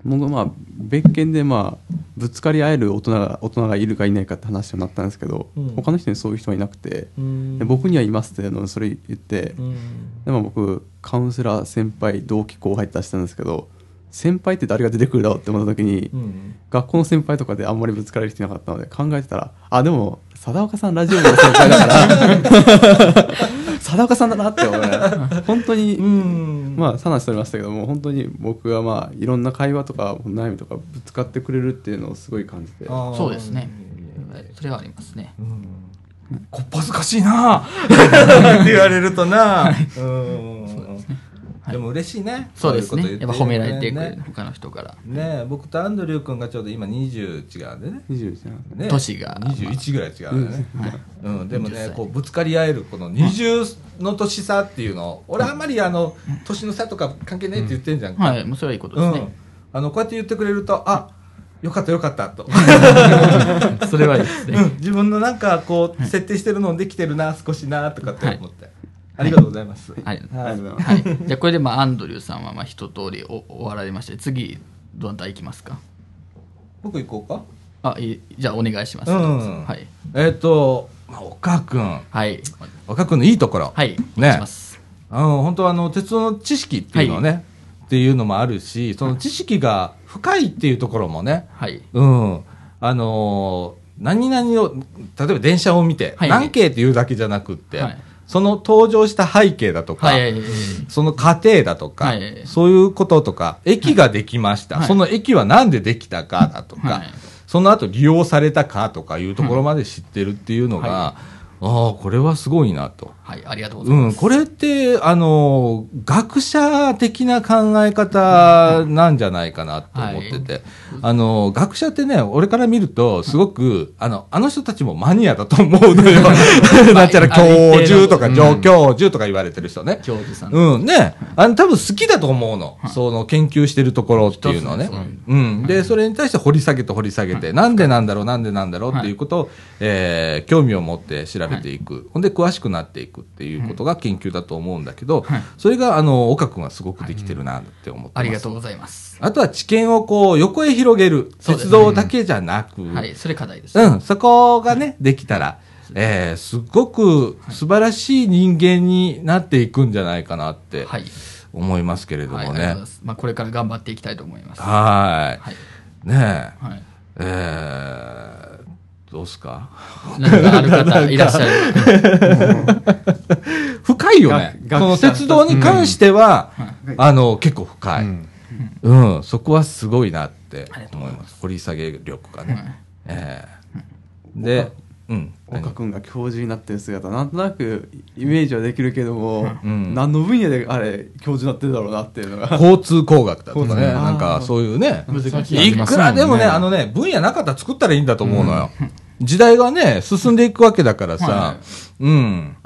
Speaker 3: 僕はまあ別件で、まあ、ぶつかり合える大人が大人がいるかいないかって話になったんですけど、
Speaker 1: うん
Speaker 3: 他の人にそういう人はいなくて、
Speaker 1: うん
Speaker 3: で僕にはいますっていうのをそれ言って、
Speaker 1: うん
Speaker 3: でも僕カウンセラー先輩同期後輩って出したんですけど先輩って誰が出てくるだろうって思った時に、
Speaker 1: うん
Speaker 3: 学校の先輩とかであんまりぶつかれる人いなかったので考えてたらあでも貞岡さんラジオの先輩だから [laughs] 貞岡さんだなって思いながら本当に、
Speaker 1: うん
Speaker 3: まあ話しておりましたけども本当に僕がまあいろんな会話とか悩みとかぶつかってくれるっていうのをすごい感じて
Speaker 1: あー
Speaker 4: そうですね。それはありますね。
Speaker 1: うんこっぱずかしい
Speaker 4: [laughs]
Speaker 1: なって言われるとなうんでも嬉しいね
Speaker 4: そうですね。
Speaker 1: こい
Speaker 4: や
Speaker 1: こ
Speaker 4: っぱ
Speaker 1: と
Speaker 4: 褒
Speaker 1: 言
Speaker 4: め
Speaker 1: て
Speaker 4: られてくれ
Speaker 1: ね
Speaker 4: る、他の人から。
Speaker 1: ねえ僕とアンドリュー君がちょうど今20違うんでね
Speaker 3: 20じゃん
Speaker 1: ね
Speaker 4: 年が
Speaker 1: 21ぐらい違うんだよね、うん、でも
Speaker 4: 20
Speaker 1: ね
Speaker 4: 歳
Speaker 1: こうぶつかり合えるこの20の年差っていうの俺あんまりあの年の差とか関係ないって言ってんじゃんか、
Speaker 4: はい、もうそれはいいことですね。
Speaker 1: うん、あのこうやって言ってくれるとあよかったよかったと
Speaker 4: それはいいです
Speaker 1: う
Speaker 4: ね。
Speaker 1: ん自分のなんかこう設定してるのできてるな少しなとかって思って、ありがとうございます、
Speaker 4: はい。は
Speaker 1: はい
Speaker 4: い。じゃあ、これで、まあ、アンドリューさんは、まあ、一通りお終わられまして、次、どなた行きますか
Speaker 1: 僕行こうか
Speaker 4: あ、いいじゃあ、お願いします。
Speaker 1: うん
Speaker 4: はい。
Speaker 1: えっ、とまあ、岡君、
Speaker 4: はい。
Speaker 1: 岡君のいいところ。
Speaker 4: はい。お願い
Speaker 1: ね
Speaker 4: しま。す。
Speaker 1: あの、本当はあの、鉄道の知識っていうのはね、っていうのもあるし、その知識が深いっていうところもね、
Speaker 4: はい。
Speaker 1: うん。あのー何々を、例えば電車を見て、
Speaker 4: はい
Speaker 1: 何系っていうだけじゃなくって、
Speaker 4: はい
Speaker 1: その登場した背景だとか、
Speaker 4: はい。
Speaker 1: その過程だとか、
Speaker 4: はい
Speaker 1: そういうこととか、駅ができました、
Speaker 4: はい
Speaker 1: その駅はなんでできたかだとか、
Speaker 4: はい
Speaker 1: その後利用されたかとかいうところまで知ってるっていうのが、ああ、これはすごいなと。
Speaker 4: はい。ありがとうござ
Speaker 1: う
Speaker 4: いま
Speaker 1: ん、
Speaker 4: す。
Speaker 1: これって、あの、学者的な考え方なんじゃないかなと思ってて、あの、学者ってね、俺から見ると、すごく、あの、あの人たちもマニアだと思う
Speaker 4: [laughs]
Speaker 1: のよ。なんちゃら教授と
Speaker 4: あ
Speaker 1: か
Speaker 4: る程度
Speaker 1: 助教授とか言われてる人ね。
Speaker 4: 教授さん。
Speaker 1: うん、ね。あの、多分好きだと思うの。その研究してるところっていうのはね
Speaker 4: 一つのそう。
Speaker 1: うん。で、それに対して掘り下げて掘り下げて、なんでなんだろう、なんでなんだろうっていうことを、えー興味を持って調べていく。ほんで、詳しくなっていくっていうことが研究だと思うんだけど
Speaker 4: はい、
Speaker 1: それが、あの、岡君はすごくできてるなって思ってます。
Speaker 4: ありがとうございます。
Speaker 1: あとは知見をこう、横へ広げる。
Speaker 4: そうです
Speaker 1: 鉄道だけじゃなく、
Speaker 4: はい。それ課題です。
Speaker 1: うん、そこがね、できたら、えーすっごく素晴らしい人間になっていくんじゃないかなって
Speaker 4: はい。
Speaker 1: 思いますけれど
Speaker 4: はい。あり
Speaker 1: も
Speaker 4: がと
Speaker 1: ね
Speaker 4: うございま。す。まあ、これから頑張っていきたいと思います。は。
Speaker 1: はいい。ね
Speaker 4: はい。
Speaker 1: え。えーどうすか
Speaker 4: 何かある方いらっしゃる。
Speaker 1: 深いよね。
Speaker 2: が
Speaker 1: そ
Speaker 2: 学
Speaker 1: の
Speaker 2: 者
Speaker 1: 鉄道に関しては、あの、結構深い、
Speaker 5: う
Speaker 1: うん
Speaker 5: ん。
Speaker 1: そこはすごいなって
Speaker 4: ありがとう
Speaker 1: 思
Speaker 4: ござ
Speaker 1: い
Speaker 4: い
Speaker 1: ま。
Speaker 4: ます
Speaker 1: 掘り下げ力が
Speaker 4: は
Speaker 1: ね。
Speaker 4: い
Speaker 1: えーで、うん。
Speaker 2: 岡君が教授になってる姿なんとなくイメージはできるけども、
Speaker 1: ん
Speaker 2: 何の分野であれ教授になってるだろうなっていうのが
Speaker 1: 交通工学だとか
Speaker 5: 交
Speaker 1: ね、
Speaker 5: 通
Speaker 1: なんかそういうね、
Speaker 5: 難しい
Speaker 1: いくらでもね、あのね、分野なかったら作ったらいいんだと思うのよ。時代がね、進んでいくわけだからさ、うん。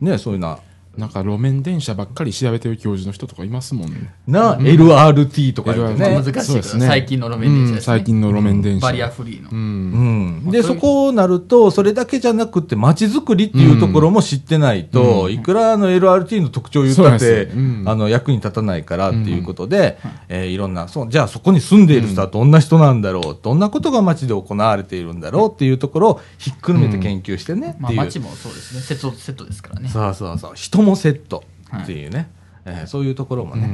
Speaker 1: ね、そういうな。
Speaker 5: なんか路面電車ばっかり調べてる教授の人とかいますもんね。
Speaker 1: な、LRT とか言って
Speaker 5: ね
Speaker 4: まあ
Speaker 1: ね。
Speaker 4: 難し
Speaker 5: そ
Speaker 4: い
Speaker 5: う
Speaker 4: け
Speaker 5: で
Speaker 4: ど、
Speaker 5: すね
Speaker 4: 最近の路面電
Speaker 5: う
Speaker 4: 車で
Speaker 5: ん
Speaker 4: すね
Speaker 5: 最近の路面電車。
Speaker 4: バリアフリーの
Speaker 5: う。。
Speaker 1: うんん、で、
Speaker 4: まあ
Speaker 1: そこなると、それだけじゃなくて、街づくりっていうところも知ってないと、いくらあの LRT の特徴を言ったっ
Speaker 5: そうなん
Speaker 1: て
Speaker 5: ですよう、ん
Speaker 1: あの、役に立たないからっていうことで、えーいろんな、そう、じゃあそこに住んでいる人はどんな人なんだろう、どんなことが街で行われているんだろうっていうところをひっくるめて研究してね、っ
Speaker 4: まあ、
Speaker 1: ていう。
Speaker 4: 街もそうですね。セットセットですからね。
Speaker 1: そうそうそう人もセットっていうね、えーそういうところもね、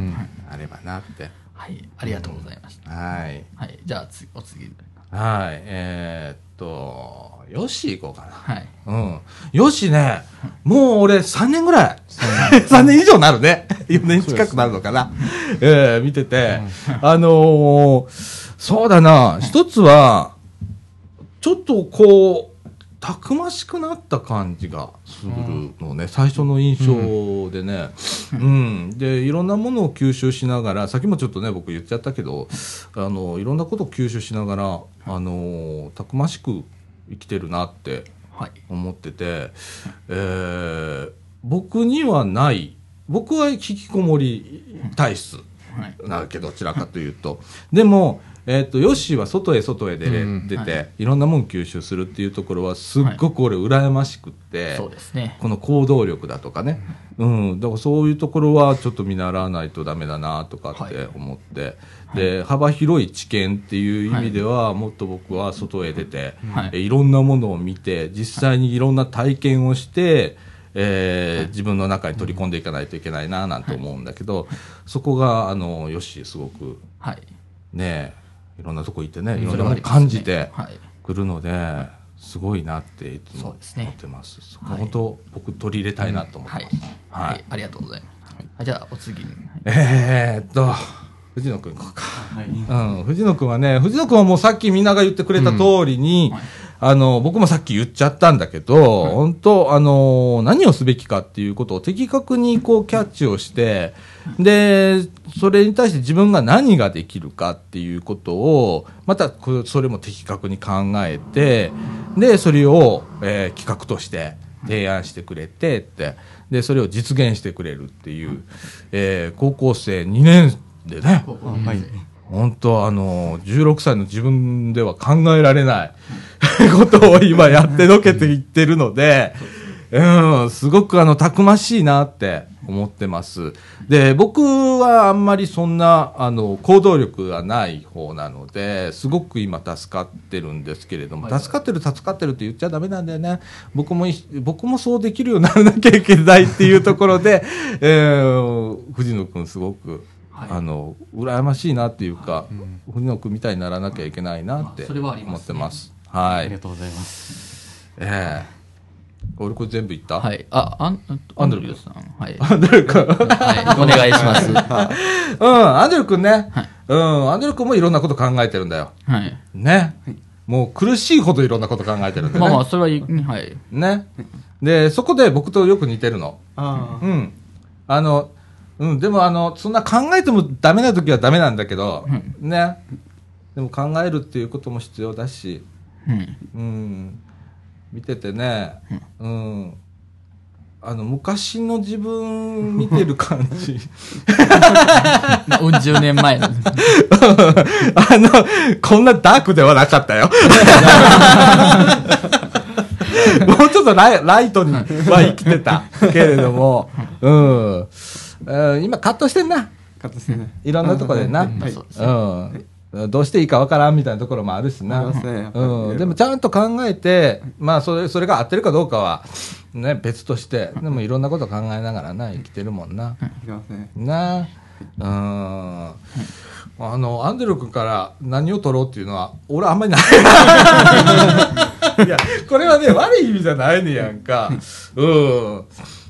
Speaker 1: あればなって
Speaker 4: はい。ありがとうございました。
Speaker 1: はい
Speaker 4: はい。じゃあ、つお次。
Speaker 1: はいえーっとよし行こうかな
Speaker 4: はい。
Speaker 1: うんよしねもう俺3年ぐらい3年以上になる [laughs] ね4年近くなるのかな、えー見てて、あのーそうだな一つはちょっとこうたくましくなった感じがするのね、最初の印象でね、うんでいろんなものを吸収しながらさっきもちょっとね僕言っちゃったけどあのいろんなことを吸収しながらあのたくましく生きてるなって
Speaker 4: はい。
Speaker 1: 思ってて、えー僕にはない僕は引きこもり体質
Speaker 4: はい。
Speaker 1: なわけどちらかというとでも、えー、とヨッシーは外へ外へ出れ、
Speaker 5: うん
Speaker 1: 出て、、
Speaker 4: はい
Speaker 1: ろんなもん吸収するっていうところはすっごく俺羨ましくって、
Speaker 4: そうですね。
Speaker 1: この行動力だとかね、うん、だからそういうところはちょっと見習わないとダメだなとかって思って、で幅広い知見っていう意味では、もっと僕は外へ出て、
Speaker 4: はい
Speaker 1: えいろんなものを見て実際にいろんな体験をして、えー自分の中に取り込んでいかないといけないななんて思うんだけど、そこがあのよしすごく
Speaker 4: はい。
Speaker 1: ねいろんなとこ行ってねいろ
Speaker 4: そ
Speaker 1: ん
Speaker 4: れ
Speaker 1: なもの
Speaker 4: はありますね
Speaker 1: 感じて
Speaker 4: はい。
Speaker 1: くるので。すごいなっていつも
Speaker 4: そうですね
Speaker 1: 思ってます。そこ
Speaker 4: はい
Speaker 1: 本当、僕取り入れたいなと思って
Speaker 4: は
Speaker 1: ます
Speaker 4: い。。
Speaker 1: は
Speaker 4: はいい。ありがとうございます。はいじゃあ、お次に。
Speaker 1: えー、っと、藤野くん行こうか。
Speaker 6: はい
Speaker 1: うん、藤野くんはね、藤野くんはもうさっきみんなが言ってくれた通りに、あの、僕もさっき言っちゃったんだけど、本当あの、何をすべきかっていうことを的確にこうキャッチをして、で、それに対して自分が何ができるかっていうことを、またこそれも的確に考えて、で、それを、えー企画として、提案してくれてってでそれを実現してくれるっていう、えー高校生2年でね
Speaker 6: はい
Speaker 1: 本当あの16歳の自分 [laughs] では考えられないことを今やってのけていってるので、うん、すごくあの、たくましいなって思ってます。で、僕はあんまりそんな、あの、行動力がない方なので、すごく今助かってるんですけれども、助かってる、助かってるって言っちゃダメなんだよね。僕もい、僕もそうできるようにならなきゃいけないっていうところで、えー藤野くんすごく、あの、羨ましいなっていうか、藤野くんみたいにならなきゃいけないなって
Speaker 4: あそれはあり
Speaker 1: 思
Speaker 4: ま
Speaker 1: っ
Speaker 4: す
Speaker 1: て
Speaker 4: ね
Speaker 1: ます。は
Speaker 6: ありが
Speaker 1: い。
Speaker 6: とうございます。
Speaker 1: ええ俺これ全部言った
Speaker 4: はい。あ、アン
Speaker 1: ア
Speaker 4: ア
Speaker 1: ン
Speaker 4: ン
Speaker 1: ド
Speaker 4: ド
Speaker 1: リ
Speaker 4: リ
Speaker 1: ュ
Speaker 4: ュ
Speaker 1: ー
Speaker 4: ーさん。はい。
Speaker 1: アンドル君。
Speaker 4: はい。お願いします。は
Speaker 1: うん、アンドル君ね
Speaker 4: はい。
Speaker 1: うん、アンドル君もいろんなこと考えてるんだよ。
Speaker 4: い。
Speaker 1: ね。もう苦しいほどいろんなこと考えてるんだ
Speaker 4: まあまあ、
Speaker 1: よ
Speaker 4: それはいい、うんはい。
Speaker 1: ね。ね。で、そこで僕とよく似てるの。
Speaker 3: [laughs] あ
Speaker 1: うん。あの、うん、でもあの、そんな考えてもダメな時はダメなんだけど、ね。でも考えるっていうことも必要だし、
Speaker 4: うん。
Speaker 1: うん、見ててね、うん、あの昔の自分見てる感 [laughs] じ
Speaker 4: まあ、うん、10年 [laughs] 前の。
Speaker 1: あのこんなダークではなかった [laughs] よもうちょっとライライトには生きてたけれども、うんうん今カットしてんな
Speaker 3: あ、かですね。
Speaker 1: いろんなとこでな、
Speaker 3: はいはい
Speaker 1: うん、どうしていいかわからんみたいなところもあるしな、
Speaker 3: ありますねやっぱり
Speaker 1: うん、でもちゃんと考えて、まあ、それそれが合ってるかどうかは、ね、別としてでもいろんなこと考えながらな生きてるもんな。
Speaker 3: いけますね。
Speaker 1: なあうんあのアンデル君から何を取ろうっていうのは俺あんまりないいやこれはね悪い意味じゃないねやんかうん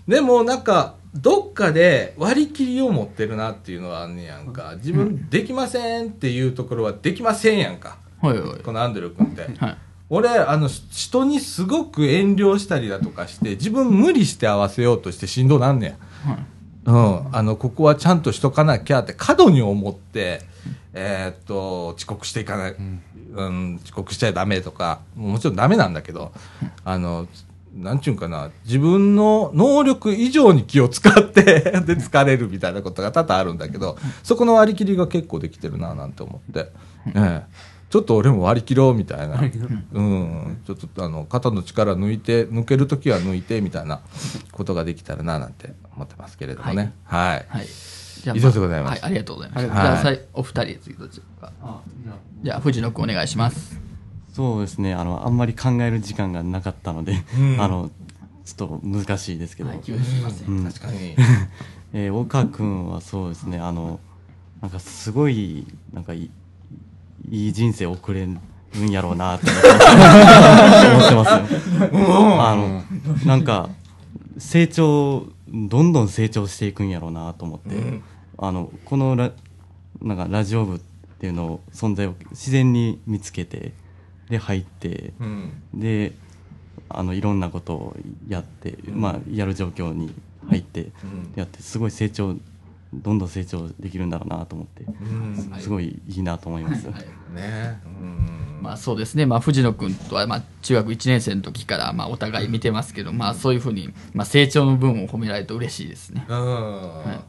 Speaker 1: でもなんかどっかで割り切りを持ってるなっていうのはあんねやんか自分できませんっていうところはできませんやんか
Speaker 4: はいはい。
Speaker 1: このアンデル君って
Speaker 4: はい。
Speaker 1: 俺あのし人にすごく遠慮したりだとかして自分無理して合わせようとしてしんどなんねん
Speaker 4: はい
Speaker 1: うん、あのここはちゃんとしとかなきゃって過度に思って、えーっと遅刻していかない、うん遅刻しちゃダメとかもちろんダメなんだけど、あのなんちゅうんかな自分の能力以上に気を使って [laughs] で疲れるみたいなことが多々あるんだけどそこの割り切りが結構できてるななんて思って、ええちょっと俺も割り切ろうみたいな、うん、ちょっとあの肩の力抜いて抜ける時は抜いてみたいなことができたらななんて思ってますけれどもね。はい、
Speaker 4: はい。じ
Speaker 1: 以上でございます
Speaker 4: はい、ありがとうございました。
Speaker 1: はい
Speaker 4: じゃあさい、お二人、次どっちか。じゃあ、藤野くんお願いします。
Speaker 6: そうですね。あのあんまり考える時間がなかったので、あのちょっと難しいですけど、
Speaker 4: はい、急にすいません。
Speaker 6: うん
Speaker 1: 確かに。
Speaker 6: えー、岡君はそうですねあのなんかすごいなんかいいいい人生送れるんやろうなって思ってますよ。あのなんか成長どんどん成長していくんやろうなと思って、あのこのラなんかラジオ部っていうのを存在を自然に見つけてで入って
Speaker 1: うん。
Speaker 6: であのいろんなことをやって、まあ、やる状況に入って。
Speaker 1: うん
Speaker 6: やってすごい成長どんどん成長できるんだろうなと思って、
Speaker 1: うん。
Speaker 6: すすごいいいなと思います、
Speaker 1: ね。うん。
Speaker 4: まあそうですね、まあ、藤野君とはまあ中学1年生の時からまあお互い見てますけど、まあ、そういうふうにまあ成長の分を褒められると嬉しいですね。
Speaker 1: うん。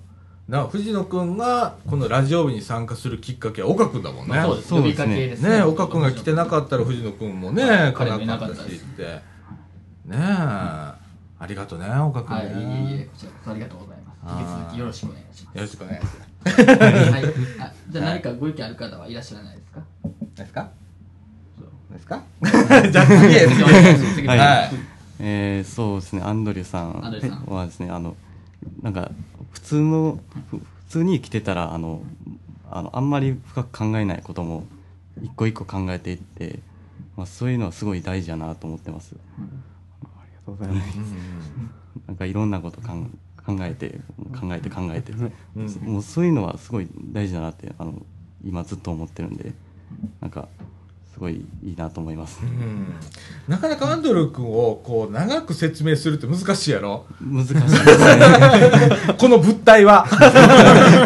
Speaker 1: な藤野くんがこのラジオ部に参加するきっかけは岡くんだもんね。
Speaker 6: そうですね呼びかけ
Speaker 4: で
Speaker 1: ね岡くんが来てな
Speaker 4: っ
Speaker 1: かったら藤野くんもね、
Speaker 4: は
Speaker 1: 来
Speaker 4: い彼もい
Speaker 1: な
Speaker 4: な
Speaker 1: か
Speaker 4: か
Speaker 1: っ
Speaker 4: ったた
Speaker 1: し
Speaker 4: し
Speaker 1: って。ねえ、ありがとうね、岡くん
Speaker 4: はい、
Speaker 1: ね、
Speaker 4: いえいえ
Speaker 1: よ
Speaker 4: こちらこそありがとうございます。引き続きよろしくお願いしま
Speaker 1: ろしくお願いします。
Speaker 4: す。はい、あじゃあ何かご意見ある方はいらっしゃらないですか
Speaker 1: ですかです [laughs] かじゃあ次へ次へ
Speaker 4: 次
Speaker 6: は
Speaker 1: [laughs]
Speaker 6: い
Speaker 1: はい。
Speaker 6: えーそうですねアンドリューさん
Speaker 4: アンドリューさん
Speaker 6: はですねあのなんか普通のふ普通に生きてたらあのあのあんまり深く考えないことも一個一個考えていって、まあ、そういうのはすごい大事だなと思ってます
Speaker 3: ありがとうございます。
Speaker 6: なんかいろんなことかん考えて考えて考えて、
Speaker 1: うん
Speaker 6: もうそういうのはすごい大事だなってあの今ずっと思ってるんでなんかすごいいいなと思います
Speaker 1: うんなかなかアンドル君をこう長く説明するって難しいやろ
Speaker 6: 難
Speaker 4: [laughs]
Speaker 6: しいですね
Speaker 1: [laughs] この物体は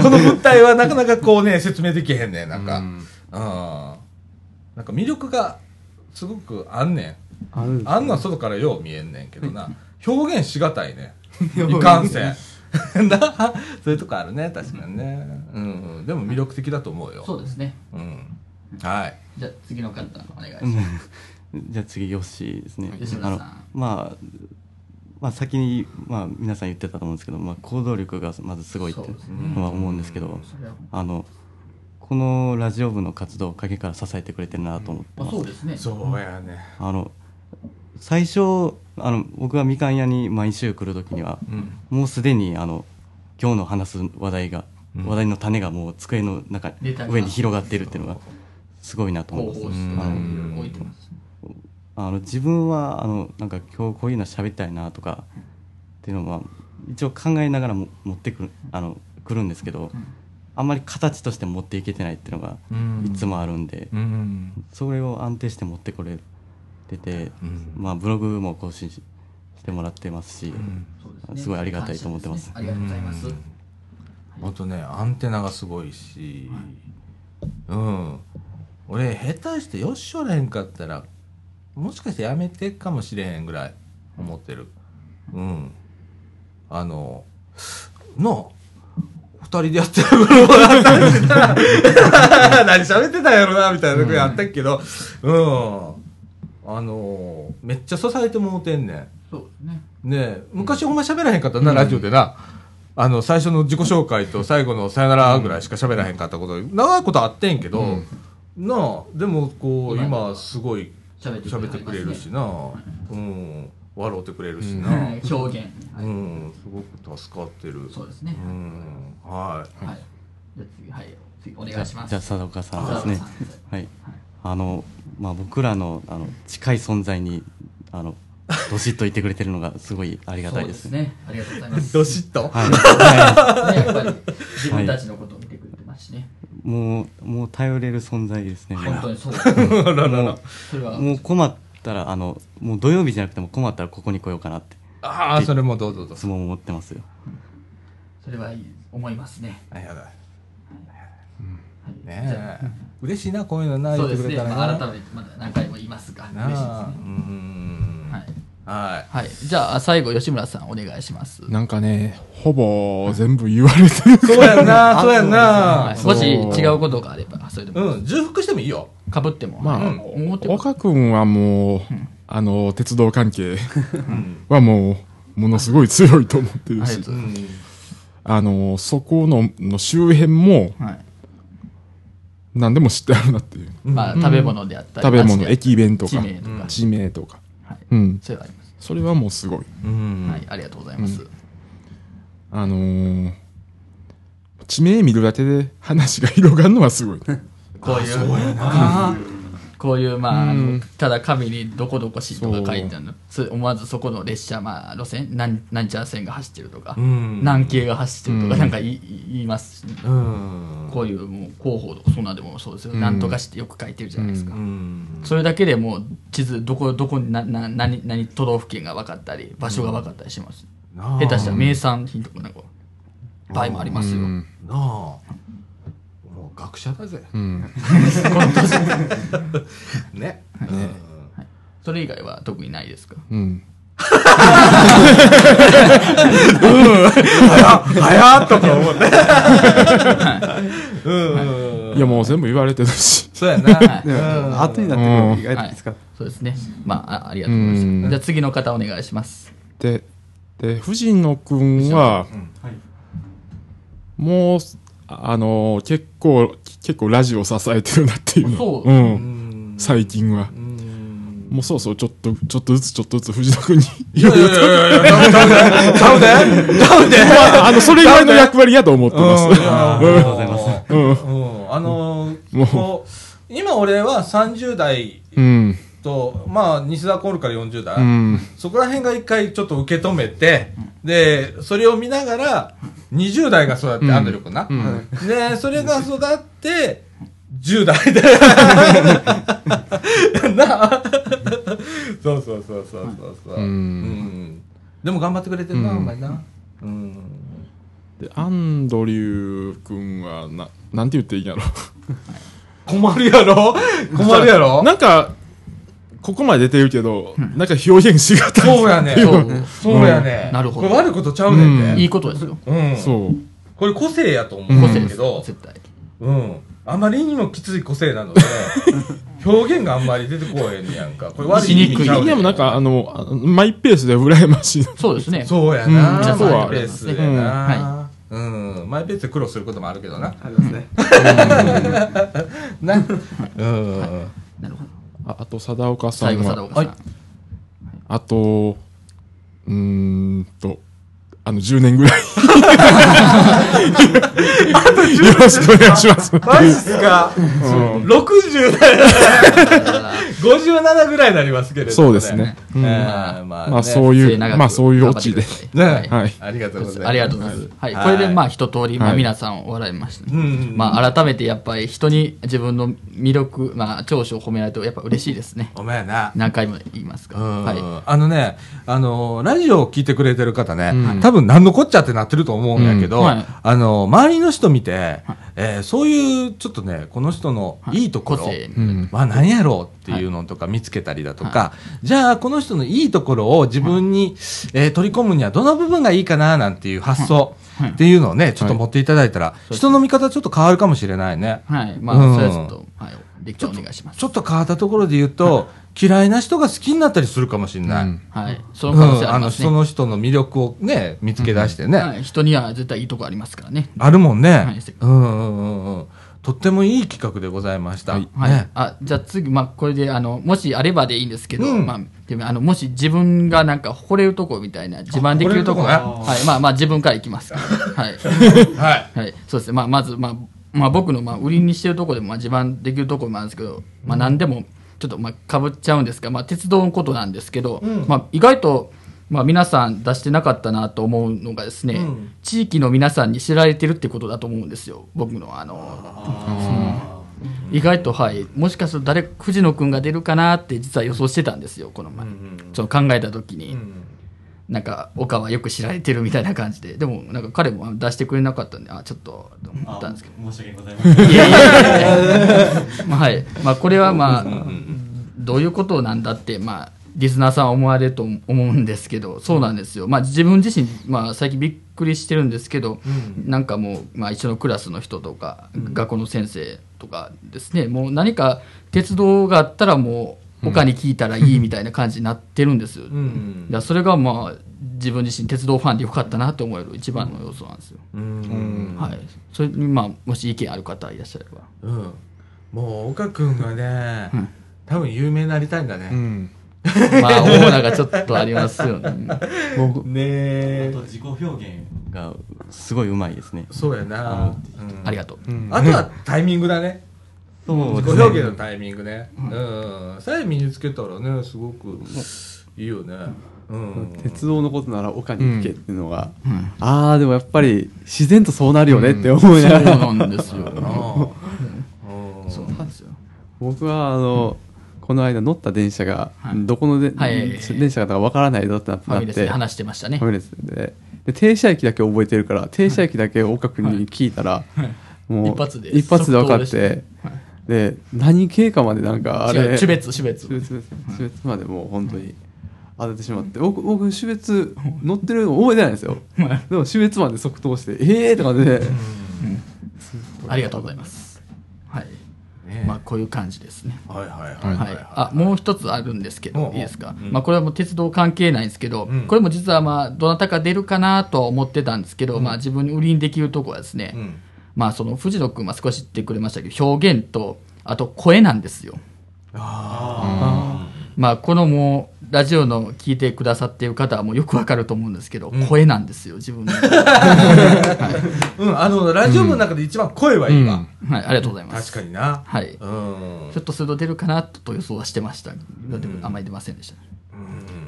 Speaker 1: この物体はなかなかこうね説明できへんねなんか、うん、なんか魅力がすごくあんね
Speaker 3: あるん
Speaker 1: ん
Speaker 3: で
Speaker 1: あんなん外からよう見えんねんけどな表現しがたい [laughs] ねいかんせん [laughs] なそういうとこあるね確かにね、うんうん、でも魅力的だと思うよ
Speaker 4: そうですね。
Speaker 1: うん、はい
Speaker 4: じゃあ次の方お願いします。
Speaker 6: じゃあ次ヨッシーですね
Speaker 4: 吉村さん
Speaker 6: あのまあまあ、先に、まあ、皆さん言ってたと思うんですけど、まあ、行動力がまずすごいって
Speaker 4: そうです
Speaker 6: まあ思うんですけどあのこのラジオ部の活動を陰から支えてくれてるなと思って
Speaker 4: まあ、
Speaker 6: ます
Speaker 4: そうですね
Speaker 1: そうやね。
Speaker 6: あの最初あの僕がみかん屋に毎週来る時には、
Speaker 1: うん。
Speaker 6: もうすでにあの今日の話す話題が、
Speaker 1: うん
Speaker 6: 話題の種がもう机の中
Speaker 4: ネタが
Speaker 6: 上に広がってるっていうのがすごいなと思い
Speaker 4: 広
Speaker 6: ます
Speaker 4: 報室とかいろいろ置いてます
Speaker 6: あの自分はあのなんか今日こういうの喋りたいなとかっていうのは一応考えながらも持ってくるあの来るんですけど、あんまり形として持っていけてないっていうのがいつもあるんで、
Speaker 1: うん。
Speaker 6: それを安定して持ってこれてて、
Speaker 1: うん
Speaker 6: まあ、ブログも更新ししてもらってますし、
Speaker 4: そうですね
Speaker 6: すごいありがたいと思ってます
Speaker 4: 感謝でねありがとうございます
Speaker 1: ほんとね、アンテナがすごいし、うん。俺、下手してよっしょらへんかったら、もしかしてやめてかもしれへんぐらい思ってる。うん。あの、の、二人でやってることがあったりしたら、何喋ってたんやろな、みたいなことやったけど、うん。あの、めっちゃ支えてもうてんねん。
Speaker 4: そうですね
Speaker 1: ねえ、昔ほんま喋らへんかったな、ラジオでな。あの、最初の自己紹介と最後のさよならぐらいしか喋らへんかったこと、長いことあってんけど、なあ、でもこう、今すごい
Speaker 4: 喋って
Speaker 1: 喋ってくれるしな、うん、笑うてくれるしな、
Speaker 4: はい表現はい
Speaker 1: うん、すごく助かってる。
Speaker 4: そうですね
Speaker 1: うん、はい。
Speaker 4: はいじゃあ次はい次お願いします
Speaker 6: じゃあ佐岡さんですね
Speaker 4: 佐藤さんです。
Speaker 6: はい。あのまあ僕らのあの近い存在にあのどしっといてくれてるのがすごいありがたいです。
Speaker 4: そうねありがとうござ
Speaker 1: [laughs]
Speaker 4: います
Speaker 1: どしっと。
Speaker 6: はい
Speaker 4: ねやっぱり自分たちのことを見てくれてますしね
Speaker 6: [laughs] もうもう頼れる存在ですね。
Speaker 4: 本当にそう
Speaker 1: あららら。
Speaker 4: それは
Speaker 6: もう困ったらあのもう土曜日じゃなくても困ったらここに来ようかなって
Speaker 1: ああ、それもどうぞどうぞ。
Speaker 6: 相撲思ってますよ。
Speaker 4: それはいい思いますね
Speaker 1: あやだ。
Speaker 4: はいじゃあ
Speaker 1: ねえ。嬉しいな、こういうのな、
Speaker 4: そ
Speaker 1: 言っ
Speaker 4: う
Speaker 1: て
Speaker 4: です
Speaker 1: くれ
Speaker 4: ね、
Speaker 1: たらな。
Speaker 4: まあ、改めてまだ何回も言いますが
Speaker 1: な
Speaker 4: 嬉しいです
Speaker 1: あ、う
Speaker 4: ね
Speaker 1: ん。
Speaker 4: はい、
Speaker 1: はい。
Speaker 4: はい、じゃあ最後吉村さんお願いします
Speaker 5: なんかね、ほぼ全部言われてる。
Speaker 1: そうやんな、そうやん
Speaker 4: は
Speaker 1: な。
Speaker 4: い、もし違うことがあればそれでも
Speaker 1: うん、重複してもいいよ。
Speaker 4: かぶっても、
Speaker 5: まあ、
Speaker 4: はい思っても
Speaker 5: 岡君はもう、あの、鉄道関係はもう、ものすごい強いと思ってる
Speaker 4: ありが
Speaker 5: し、
Speaker 4: とうございま
Speaker 5: あの、そこのの周辺も
Speaker 4: す、はい
Speaker 5: 何でも知ってあるなっていう。
Speaker 4: まあ、食べ物であったり
Speaker 5: 食べ
Speaker 4: 味
Speaker 5: 物、
Speaker 4: であったり
Speaker 5: 駅弁とか
Speaker 4: 地名とか、、
Speaker 5: 地名とか。
Speaker 4: はい、
Speaker 5: うん。
Speaker 4: それはあります、
Speaker 5: それはもうすごい。
Speaker 1: うん
Speaker 4: はい、ありがとうございます、
Speaker 5: あのー地名見るだけで話が広がるのは
Speaker 1: [laughs]
Speaker 5: すごい。
Speaker 4: こういうこういうまあ,あの、ただ紙にどこどこ市とか書いてあるのつ思わずそこの列車まあ路線なんなんちゃら線が走ってるとか、
Speaker 1: ん
Speaker 4: 南京が走ってるとかなんか言い,、言いますしね、
Speaker 1: うん。
Speaker 4: こういうもう広報とかそんなんでもそうですよ、なんとかしてよく書いてるじゃないですか、
Speaker 1: うん。
Speaker 4: それだけでもう地図どこどこになな何何都道府県が分かったり場所が分かったりします、
Speaker 1: なあ
Speaker 4: 下手したら名産品とかなんか場合もありますよ、
Speaker 5: うん
Speaker 1: なあ。もう学者だぜ。
Speaker 5: うん。
Speaker 1: ね。
Speaker 4: それ以外は特にないですか
Speaker 5: うん。
Speaker 1: 早っとか思って。うん。
Speaker 5: いやもう全部言われてるし。
Speaker 1: そうやな。
Speaker 4: はい
Speaker 1: うん
Speaker 3: 後になってくる意外と使っ
Speaker 4: そうですねまああありがとうございま
Speaker 5: う
Speaker 4: す
Speaker 5: ん
Speaker 4: じゃあ次の方お願いします
Speaker 5: で、で、藤野くんは、もう、あのー結構、結構ラジオ支えてるなっていうの。
Speaker 4: そう
Speaker 5: うん。
Speaker 1: うん
Speaker 5: 最近は。
Speaker 1: うん
Speaker 5: もうそうそう、ちょっと、ちょっとずつ、ちょっとずつ藤野くんに。い
Speaker 1: い
Speaker 5: ろ
Speaker 1: や
Speaker 5: い
Speaker 1: いやい
Speaker 5: ろ
Speaker 1: やいやちゃうでちゃうでちゃうで
Speaker 5: ま [laughs] ああの、それぐらいの役割やと思ってます。
Speaker 1: あ。
Speaker 6: りがとうございます
Speaker 1: うんあのー、
Speaker 5: もう
Speaker 1: こう今俺は30代
Speaker 5: うん。
Speaker 1: と、まあ、西田コールから40代、
Speaker 5: うん。
Speaker 1: そこら辺が一回ちょっと受け止めて、で、それを見ながら、20代が育って、アンドリュー君な。で、それが育って、10代
Speaker 4: [laughs]
Speaker 1: で。なそうそうそうそうそうそう。
Speaker 5: うん
Speaker 1: んでも頑張ってくれてるな、
Speaker 5: うん
Speaker 1: お前な。うん。
Speaker 5: で、アンドリュー君は、な、なんて言っていいんやろ。
Speaker 1: 困るやろ困るやろ
Speaker 5: なんか、ここまで出てるけど、なんか表現しがたい。
Speaker 1: そうやね。
Speaker 4: そう
Speaker 1: そうやね。
Speaker 4: うんなるほど
Speaker 1: これ悪いことちゃうねん
Speaker 5: うん
Speaker 1: ね。
Speaker 4: いいことですよ
Speaker 1: うん。
Speaker 5: そう。
Speaker 1: これ個性やと思う
Speaker 4: 個
Speaker 1: ん
Speaker 4: 性
Speaker 1: だ
Speaker 4: で
Speaker 1: け
Speaker 4: す
Speaker 1: ど、
Speaker 4: 絶対
Speaker 1: うん。あまりにもきつい個性なので、表現があんまり出てこへんねやんか。これ悪い
Speaker 4: しにくい
Speaker 1: 意味ちゃう
Speaker 5: いや、もうなんか、あの、あのマイペースで羨ましい。 [laughs]
Speaker 4: そうですね。
Speaker 1: そうやな、
Speaker 5: うん
Speaker 1: マイ
Speaker 5: そ
Speaker 1: ペ
Speaker 5: うは
Speaker 1: ースや
Speaker 5: うん
Speaker 1: な、うんマイペースで苦労することもあるけどな。
Speaker 2: あり
Speaker 5: [laughs]
Speaker 2: ますね。
Speaker 1: な、うん、
Speaker 4: なるほど。
Speaker 5: ああと、貞岡さ
Speaker 4: 最
Speaker 5: ん
Speaker 4: 後、佐
Speaker 5: は、
Speaker 4: 藤さん。
Speaker 5: あと、うーんと、あの、10年ぐらい。よろしくお願いします。
Speaker 1: マジっすか
Speaker 5: うん
Speaker 1: 60代57ぐらいになりますけれども、
Speaker 5: そうですね。うん
Speaker 1: え
Speaker 5: ま
Speaker 1: ーまあね、
Speaker 5: あ、そういう、
Speaker 4: 長く
Speaker 5: まあ、そういうオチで。
Speaker 1: ね、
Speaker 4: 頑張ってください
Speaker 5: はい。
Speaker 1: ありがとうございます。
Speaker 4: ありがとうございます。はい、これでまあ一通り、まあ皆さん笑いましたね。
Speaker 1: うん
Speaker 4: まあ改めてやっぱり人に自分の魅力、まあ長所を褒められるとやっぱ嬉しいですね。
Speaker 1: お前やな。
Speaker 4: 何回も言いますが。
Speaker 1: うん
Speaker 4: は
Speaker 1: あのね、あのラジオを聞いてくれてる方ね、
Speaker 5: うん
Speaker 1: 多分何のこっちゃってなってると思うんやけど、
Speaker 4: うんはい
Speaker 1: あの周りの人見て、えーそういうちょっとね、この人の
Speaker 4: い。
Speaker 1: いいところ、
Speaker 4: 個性に。
Speaker 5: うん。
Speaker 1: は何やろうっていうのとか見つけたりだとか、じゃあこの人のいいところを自分に、えー取り込むにはどの部分がいいかななんていう発想
Speaker 4: はい
Speaker 1: っていうのをね、ちょっと持っていただいたら、人の見方ちょっと変わるかもしれないね。
Speaker 4: はい。ま
Speaker 1: う
Speaker 4: あ
Speaker 1: ん
Speaker 4: それはちょっと、はい。レクチャーお願いします。
Speaker 1: ちょっと変わったところで言うと、嫌いな人が好きになったりするかもしれない。
Speaker 5: うん
Speaker 4: はい。その
Speaker 1: う
Speaker 4: 可能性
Speaker 1: ん
Speaker 4: あ
Speaker 1: あ
Speaker 4: り
Speaker 1: の
Speaker 4: ます
Speaker 1: そ
Speaker 4: ね。
Speaker 1: の人の魅力をね、見つけ出してね。
Speaker 4: はい。人には絶対いいとこありますからね。
Speaker 1: あるもんね。
Speaker 4: はい
Speaker 1: うんうんうんうん。とってもいい企画でございました。
Speaker 4: はい、
Speaker 1: ね
Speaker 4: あじゃあ次、まあ、これであのもしあればでいいんですけど、
Speaker 1: うん
Speaker 4: まあ、でもあのもし自分がなんか誇れるとこみたいな自慢できるとこ
Speaker 1: あ誇れる
Speaker 4: はいまあまあ、自分からいきま
Speaker 1: [laughs]
Speaker 4: すからはい、
Speaker 1: はい。
Speaker 4: はい、そうですね、まあ、まず、まあまあ、僕のまあ売りにしてるとこでも、まあ、自慢できるとこもあるんですけど、まあ、何でもちょっとまあかぶっちゃうんですが、まあ、鉄道のことなんですけど、まあ、意外と、まあ、皆さん出してなかったなと思うのがですね、
Speaker 1: ん
Speaker 4: 地域の皆さんに知られてるってことだと思うんですよ僕のあの意外とはいもしかすると誰藤野君が出るかなって実は予想してたんですよこの前、その考えた時に、なんか岡はよく知られてるみたいな感じででもなんか彼も出してくれなかったんであちょっとと思ったんですけ
Speaker 6: あ申し訳ございません。
Speaker 4: どいやいやいや [laughs] まあはいまあこれはまあどういうことなんだってまあリスナーさんは思われると思うんですけどそうなんですよ、まあ、自分自身、まあ、最近びっくりしてるんですけど、なんかもう、まあ、一緒のクラスの人とか、学校の先生とかですねもう何か鉄道があったらもう他に聞いたらいいみたいな感じになってるんですよ、いやそれがまあ自分自身鉄道ファンでよかったなと思える一番の要素なんですよ、はい、それにまあもし意見ある方いらっしゃれば
Speaker 1: うん。もう岡君がね、多分有名になりたいんだ
Speaker 5: う
Speaker 1: ね。
Speaker 5: ん。
Speaker 4: [laughs] まあオーラがちょっとありますよね
Speaker 1: ね
Speaker 6: あ
Speaker 1: え
Speaker 6: と。自己表現がすごい上手いですね。
Speaker 1: そうやな。うん
Speaker 4: ありがとう
Speaker 1: あとはタイミングだね。
Speaker 6: そう
Speaker 1: 自己表現のタイミングね。うん。さえ身につけたらね、すごくいいよね。うん。
Speaker 3: 鉄道のことなら丘に行けっていうのが、ああでもやっぱり自然とそうなるよねって思いな
Speaker 4: そ
Speaker 3: が
Speaker 4: う
Speaker 3: ら、
Speaker 4: なんですよ
Speaker 1: うん
Speaker 4: そうなんですよ
Speaker 3: 僕はあのこの間乗った電車が、
Speaker 4: はい
Speaker 3: どこので、
Speaker 4: はい
Speaker 3: 電車がわからないぞってなって
Speaker 4: ファミレスで話してましたね
Speaker 3: ファミレスでで停車駅だけ覚えてるから停車駅だけ岡君に聞いたら、もう
Speaker 4: 一発で
Speaker 3: 一発で分かっ
Speaker 4: 即答で
Speaker 3: てで,、何経過までなんかあ
Speaker 4: 違
Speaker 3: れ
Speaker 4: う種別種別
Speaker 3: 種別種別種別までもう本当に当ててしまって僕僕種別乗ってるの覚えてないんですよでも種別まで即答してええー、とかで、
Speaker 4: ありがとうございますはい、まあこういう感じですね
Speaker 1: はいはいはい。
Speaker 5: はい。
Speaker 4: はい、あもう一つあるんですけ
Speaker 1: おうお
Speaker 4: ど
Speaker 1: う
Speaker 4: いいですか、
Speaker 1: うん
Speaker 4: まあ、これはもう鉄道関係ないんですけど、
Speaker 1: うん
Speaker 4: これも実はまあどなたか出るかなとは思ってたんですけど、まあ、自分に売りにできるところはですね、
Speaker 1: うん。
Speaker 4: まあ、その藤野君は少し言ってくれましたけど表現とあと声なんですよ。まあ、このもうラジオの聞いてくださっている方はもうよくわかると思うんですけど、声なんですよ
Speaker 1: [laughs]
Speaker 4: 自分の、は
Speaker 1: うん。あの、ラジオ部の中で一番声はいいわ。
Speaker 4: い、ありがとうございます
Speaker 1: 確かにな。
Speaker 4: はい、
Speaker 1: うん
Speaker 4: ひょっとすると出るかなと予想はしてましたがでもあまり出ませんでした、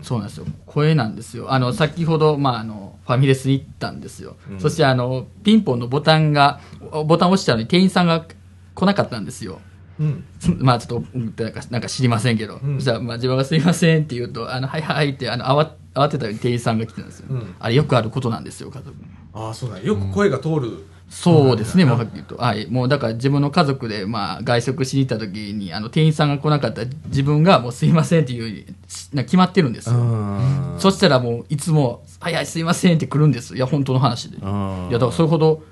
Speaker 4: そうなんですよ声なんですよあの先ほど、まあ、あのファミレスに行ったんですよ、そしてあのピンポンのボタンがおボタンを押したのに店員さんが来なかったんですよ [laughs]
Speaker 1: うん。
Speaker 4: まあちょっとうんなんかなんか知りませんけど、そしたら、まあ、自分が「すいません」って言うと「あのはいはい」ってあの慌慌てたように店員さんが来てたんですよ、あれよくあることなんですよ家族
Speaker 1: ああ、そうだ。よく声が通る。
Speaker 4: そうですね、もうはっきり言うと。はい。もうだから自分の家族で、まあ、外食しに行った時に、あの、店員さんが来なかったら自分がもうすいませんっていう、しな決まってるんですよ。そしたらもう、いつも、はいはい、すいませんって来るんです。いや、本当の話で。いや、だからそれほど、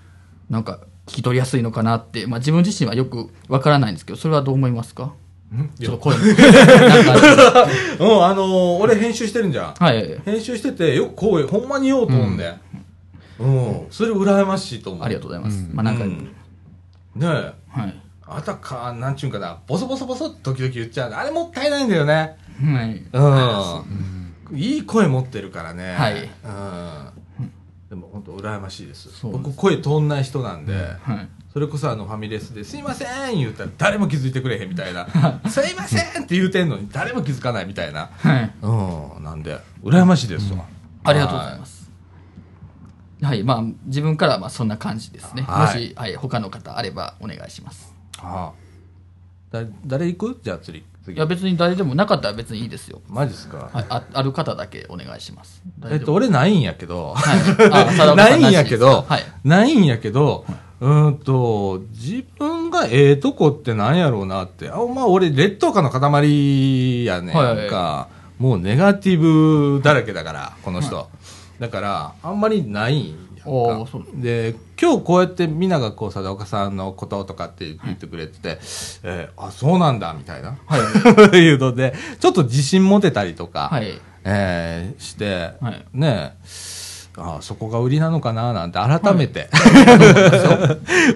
Speaker 4: なんか、聞き取りやすいのかなって、まあ、自分自身はよくわからないんですけど、それはどう思いますか
Speaker 1: う
Speaker 4: ちょっと声も。なんか
Speaker 1: うん、あのー俺編集してるんじゃん。
Speaker 4: はい。
Speaker 1: 編集してて、よくこう、ほんまに言おうと思うんで。うん。それ羨ましいと思う。
Speaker 4: ありが
Speaker 1: と
Speaker 4: とうございます。まあなんか、
Speaker 1: ねえ。
Speaker 4: はい。
Speaker 1: あたか、なんちゅうんかな、ボソボソボソって時々言っちゃう。あれもったいないんだよね。
Speaker 4: はい。
Speaker 1: うん。いい声持ってるからね。
Speaker 4: はい
Speaker 1: うん。でも本当羨ましいです。
Speaker 4: そうです
Speaker 1: 僕声通んない人なんで。
Speaker 4: はい。
Speaker 1: それこそあのファミレスで「すいません」言ったら誰も気づいてくれへんみたいな [laughs] 「すいません」って言うてんのに誰も気づかないみたいな
Speaker 4: はい。
Speaker 1: うんなんで羨ましいですわ、
Speaker 4: ありがとうございます。はい、まあ、自分からはまあそんな感じですね。も
Speaker 1: はい
Speaker 4: し、はい、他の方あればお願いします。
Speaker 1: ああだ誰行くじゃあ次
Speaker 4: い
Speaker 1: 次
Speaker 4: や、別に誰でもなかったら別にいいですよ。
Speaker 1: マジっすか、
Speaker 4: はい、あある方だけお願いします。
Speaker 1: えっと、俺ないんやけど、 [laughs]
Speaker 4: はいあ貞子
Speaker 1: な
Speaker 4: さ
Speaker 1: い
Speaker 4: ん
Speaker 1: んやけど、
Speaker 4: はい
Speaker 1: ないんやけど、うーんと、自分がええとこってなんやろうなって、あまあ俺、劣等感の塊やねんか、
Speaker 4: はいはい
Speaker 1: もうネガティブだらけだから、この人。だから、あんまりないんやんか
Speaker 4: おーそう
Speaker 1: で、今日こうやってみんながこう、貞岡さんのこととかって言ってくれてて、えーあ、そうなんだ、みたいな、 [laughs] い、うので、ちょっと自信持てたりとか、
Speaker 4: はい。
Speaker 1: えーして、
Speaker 4: はい
Speaker 1: ねえああそこが売りなのかななんて改め
Speaker 4: [laughs]
Speaker 1: て、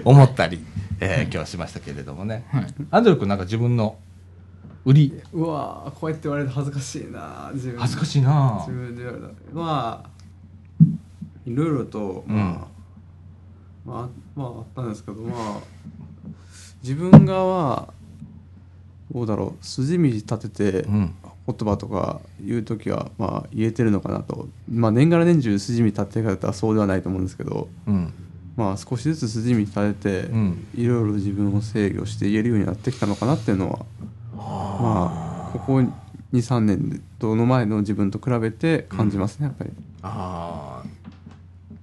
Speaker 1: 思ったり、えー今日はしましたけれどもね、
Speaker 4: はい
Speaker 1: アンドレ君なんか自分の売り
Speaker 2: うわーこうやって言われると恥ずかしいな自分
Speaker 1: 恥ずか
Speaker 2: い
Speaker 1: しいな
Speaker 2: 自分で言われたまあいろいろと、
Speaker 1: うん
Speaker 2: まあまあ、まあ、あったんですけどまあ自分がはどうだろう筋道立てて
Speaker 1: うん
Speaker 2: 言葉とか言う時はまあ言えてるのかなと、まあ、年がら年中筋道立て方はそうではないと思うんですけど、
Speaker 1: うん
Speaker 2: まあ、少しずつ筋道立てて、
Speaker 1: うん
Speaker 2: いろいろ自分を制御して言えるようになってきたのかなっていうのはまあここ23年との前の自分と比べて感じますね、やっぱり
Speaker 1: あ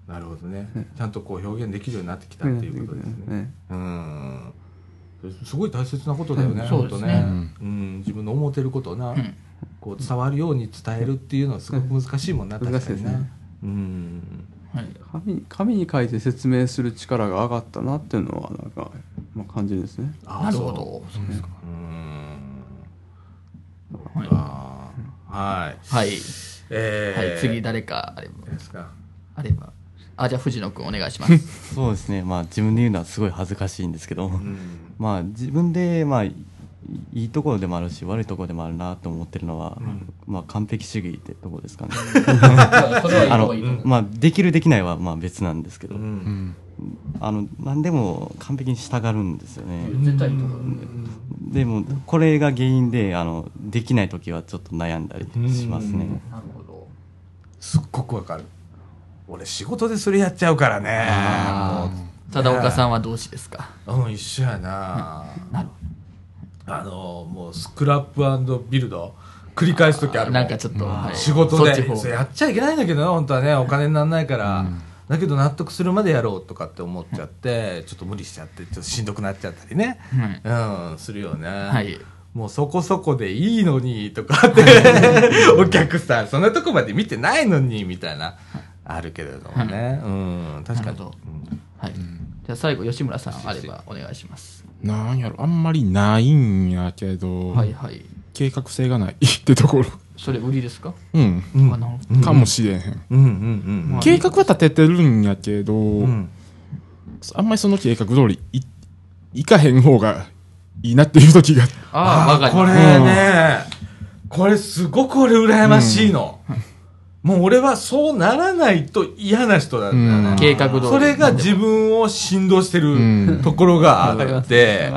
Speaker 1: あなるほどねちゃんとこう表現できるようになってきた
Speaker 2: う
Speaker 1: っ
Speaker 2: ん
Speaker 1: ていうことですねうんすごい大切なことだよね、
Speaker 4: うん
Speaker 1: 本当ね
Speaker 4: そう
Speaker 1: うん、自分の思ってることをな、
Speaker 4: ん
Speaker 1: こう伝わるように伝えるっていうのはすごく難しいもんな、確
Speaker 2: 難しい
Speaker 1: か
Speaker 2: です
Speaker 1: に
Speaker 2: ね
Speaker 1: な、うん
Speaker 4: はい。
Speaker 2: 紙に紙に書いて説明する力が上がったなっていうのはなんか、まあ、感じですね
Speaker 1: あ
Speaker 4: なるほ
Speaker 1: そう
Speaker 4: ど。そうですか。
Speaker 1: うーん
Speaker 4: はい。
Speaker 1: あーはい。
Speaker 4: はい。
Speaker 1: えー
Speaker 4: はい、次誰かあれば。
Speaker 1: ですか。
Speaker 4: あれば。あ、じゃあ藤野くんお願いし
Speaker 1: [laughs]
Speaker 4: ます。
Speaker 6: そうですね、まあ、自分で言うのはすごい恥ずかしいんですけど、
Speaker 1: うん。
Speaker 6: まあ、自分で、まあ、いいいところでもあるし悪いところでもあるなと思ってるのは、まあ、完璧主義ってとこですかね
Speaker 4: それはいい方
Speaker 6: あの
Speaker 4: がいいと思う。
Speaker 6: まあ、できるできないはまあ別なんですけど、
Speaker 1: うん。
Speaker 6: あの何でも完璧に従うんですよね、
Speaker 4: 絶対いいと思う。
Speaker 6: でもこれが原因であのできない時はちょっと悩んだりしますね、
Speaker 4: なるほど。
Speaker 1: すっごくわかる。俺仕事でそれやっちゃうからね。
Speaker 4: 貞岡さんは同志ですか。
Speaker 1: もううん、一緒やな。あの、もうスクラップビルド繰り返すときあるもん。
Speaker 4: なんかちょっと、はい
Speaker 1: 仕事で
Speaker 4: そっち方
Speaker 1: それやっちゃいけないんだけどな本当はねお金にならないから、だけど納得するまでやろうとかって思っちゃって、ちょっと無理しちゃってちょっとしんどくなっちゃったりね、うんするよね、
Speaker 4: はい
Speaker 1: もうそこそこでいいのにとかって、お客さんそんなとこまで見てないのにみたいな、あるけれどもね、うん確か
Speaker 4: な
Speaker 1: に、
Speaker 4: るほど
Speaker 1: うん
Speaker 4: はい。じゃあ最後、吉村さんあればお願いします。
Speaker 5: なんやろ、あんまりないんやけど、
Speaker 4: はいはい。
Speaker 5: 計画性がないってところ。
Speaker 4: それ売りですか
Speaker 5: うん。
Speaker 4: あなるほど
Speaker 5: かもしれへん。
Speaker 1: うんうん
Speaker 4: まあ
Speaker 5: 計画は立ててるんやけど、
Speaker 1: うんうん
Speaker 5: あんまりその計画通りいいかへん方がいいなっていう時が
Speaker 4: ああ、わかり
Speaker 1: こ
Speaker 4: ま
Speaker 1: れ
Speaker 4: す。
Speaker 1: ね、これすごく俺羨ましいの。もう俺はそうならないと嫌な人なんだよね。
Speaker 5: うん
Speaker 4: 計画通り。
Speaker 1: それが自分を振動してるところがあって、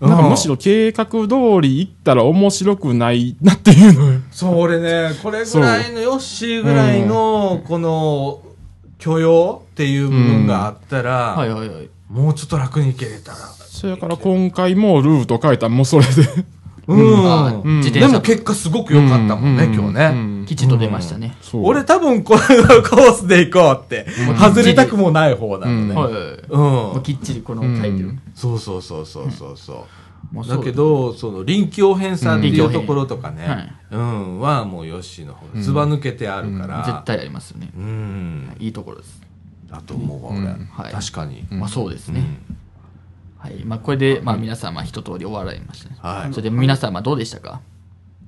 Speaker 1: うん
Speaker 5: なんかむしろ計画通り行ったら面白くないなっていうのよ
Speaker 1: そう俺ね、これぐらいの、ヨッシーぐらいの、この、許容っていう部分があったら、
Speaker 4: はいはいはい。
Speaker 1: もうちょっと楽にいけれたら。
Speaker 5: それから今回もルート変えたらもうそれで [laughs]
Speaker 1: うん。
Speaker 4: あ自転
Speaker 1: で
Speaker 4: 車
Speaker 1: も結果すごく良かったもんね、
Speaker 5: う
Speaker 1: 今日ね。
Speaker 5: うん
Speaker 4: きちんと出ましたね。
Speaker 5: そう
Speaker 1: 俺多分このコースで行こうって、外れたくもない方なのね。
Speaker 4: はいはいはい。
Speaker 1: うん
Speaker 4: もうきっちりこの書いてる。
Speaker 1: そうそうそうそうそうそ
Speaker 4: もう
Speaker 1: う。
Speaker 4: そう
Speaker 1: だけど、その臨機応変さってい
Speaker 4: うん
Speaker 1: うところとかね、うん、はもうヨッシーの方がずば抜けてあるから、
Speaker 4: 絶対ありますよね。
Speaker 1: うん、
Speaker 4: いいところです。
Speaker 1: だと思うわ、俺。
Speaker 4: はい
Speaker 1: 確かに。
Speaker 4: まあそうですね。はいまあ、これで、まあ、皆様一通り終わられましたね、
Speaker 1: はい
Speaker 4: それで皆様どうでしたか、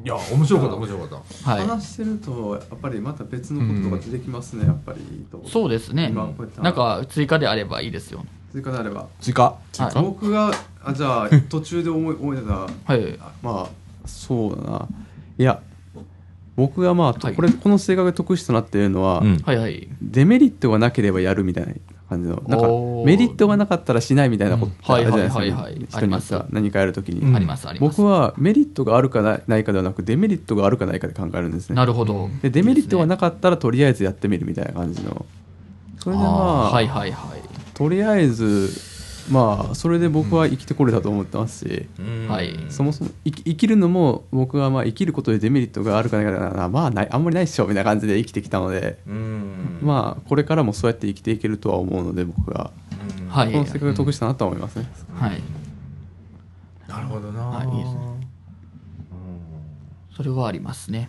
Speaker 1: いや、面白かった、面白かっ
Speaker 4: はい、
Speaker 2: 話してるとやっぱりまた別のことが出てきますね、やっぱりいいとこ
Speaker 4: そうですね
Speaker 2: 今こうやって
Speaker 4: なんか追加であればいいですよ、
Speaker 2: 追加であれば
Speaker 1: た。追加。
Speaker 4: はい
Speaker 2: 僕があじ
Speaker 3: [laughs]
Speaker 2: ゃあ途中で思い思い出た
Speaker 4: はい、
Speaker 2: まあ
Speaker 3: そうだないや僕がまあ、と
Speaker 4: はい
Speaker 3: これこの性格が得意したなっていうのは、
Speaker 1: うん
Speaker 4: はいはい
Speaker 3: デメリットがなければやるみたいな感じのなんか
Speaker 4: おー
Speaker 3: メリットがなかったらしないみたいなことってあるじゃないですか、
Speaker 4: はいはいはいはい
Speaker 3: 人によって
Speaker 4: あり
Speaker 3: は
Speaker 4: ます
Speaker 3: 何かやるときに、
Speaker 1: うん
Speaker 4: ありますあります
Speaker 3: 僕はメリットがあるかなないかではなくデメリットがあるかないかで考えるんですね
Speaker 4: なるほど、
Speaker 3: でデメリットがな
Speaker 4: く
Speaker 3: かったらとりあえずやってみるみたいな感じのそれでまあ
Speaker 4: はいはいはい
Speaker 3: とりあえずまあそれで僕は生きてこれたと思ってますし、
Speaker 4: はい
Speaker 3: そもそも生き生きるのも僕はまあ生きることでデメリットがあるかないかだなまあないあんまりないっしょみたいな感じで生きてきたので、
Speaker 1: うん。
Speaker 3: まあこれからもそうやって生きていけるとは思うので僕は
Speaker 4: はい
Speaker 3: この性格が得したなとは思いますね、
Speaker 4: はい
Speaker 1: なるほどな。
Speaker 4: はいいいですねそれはありますね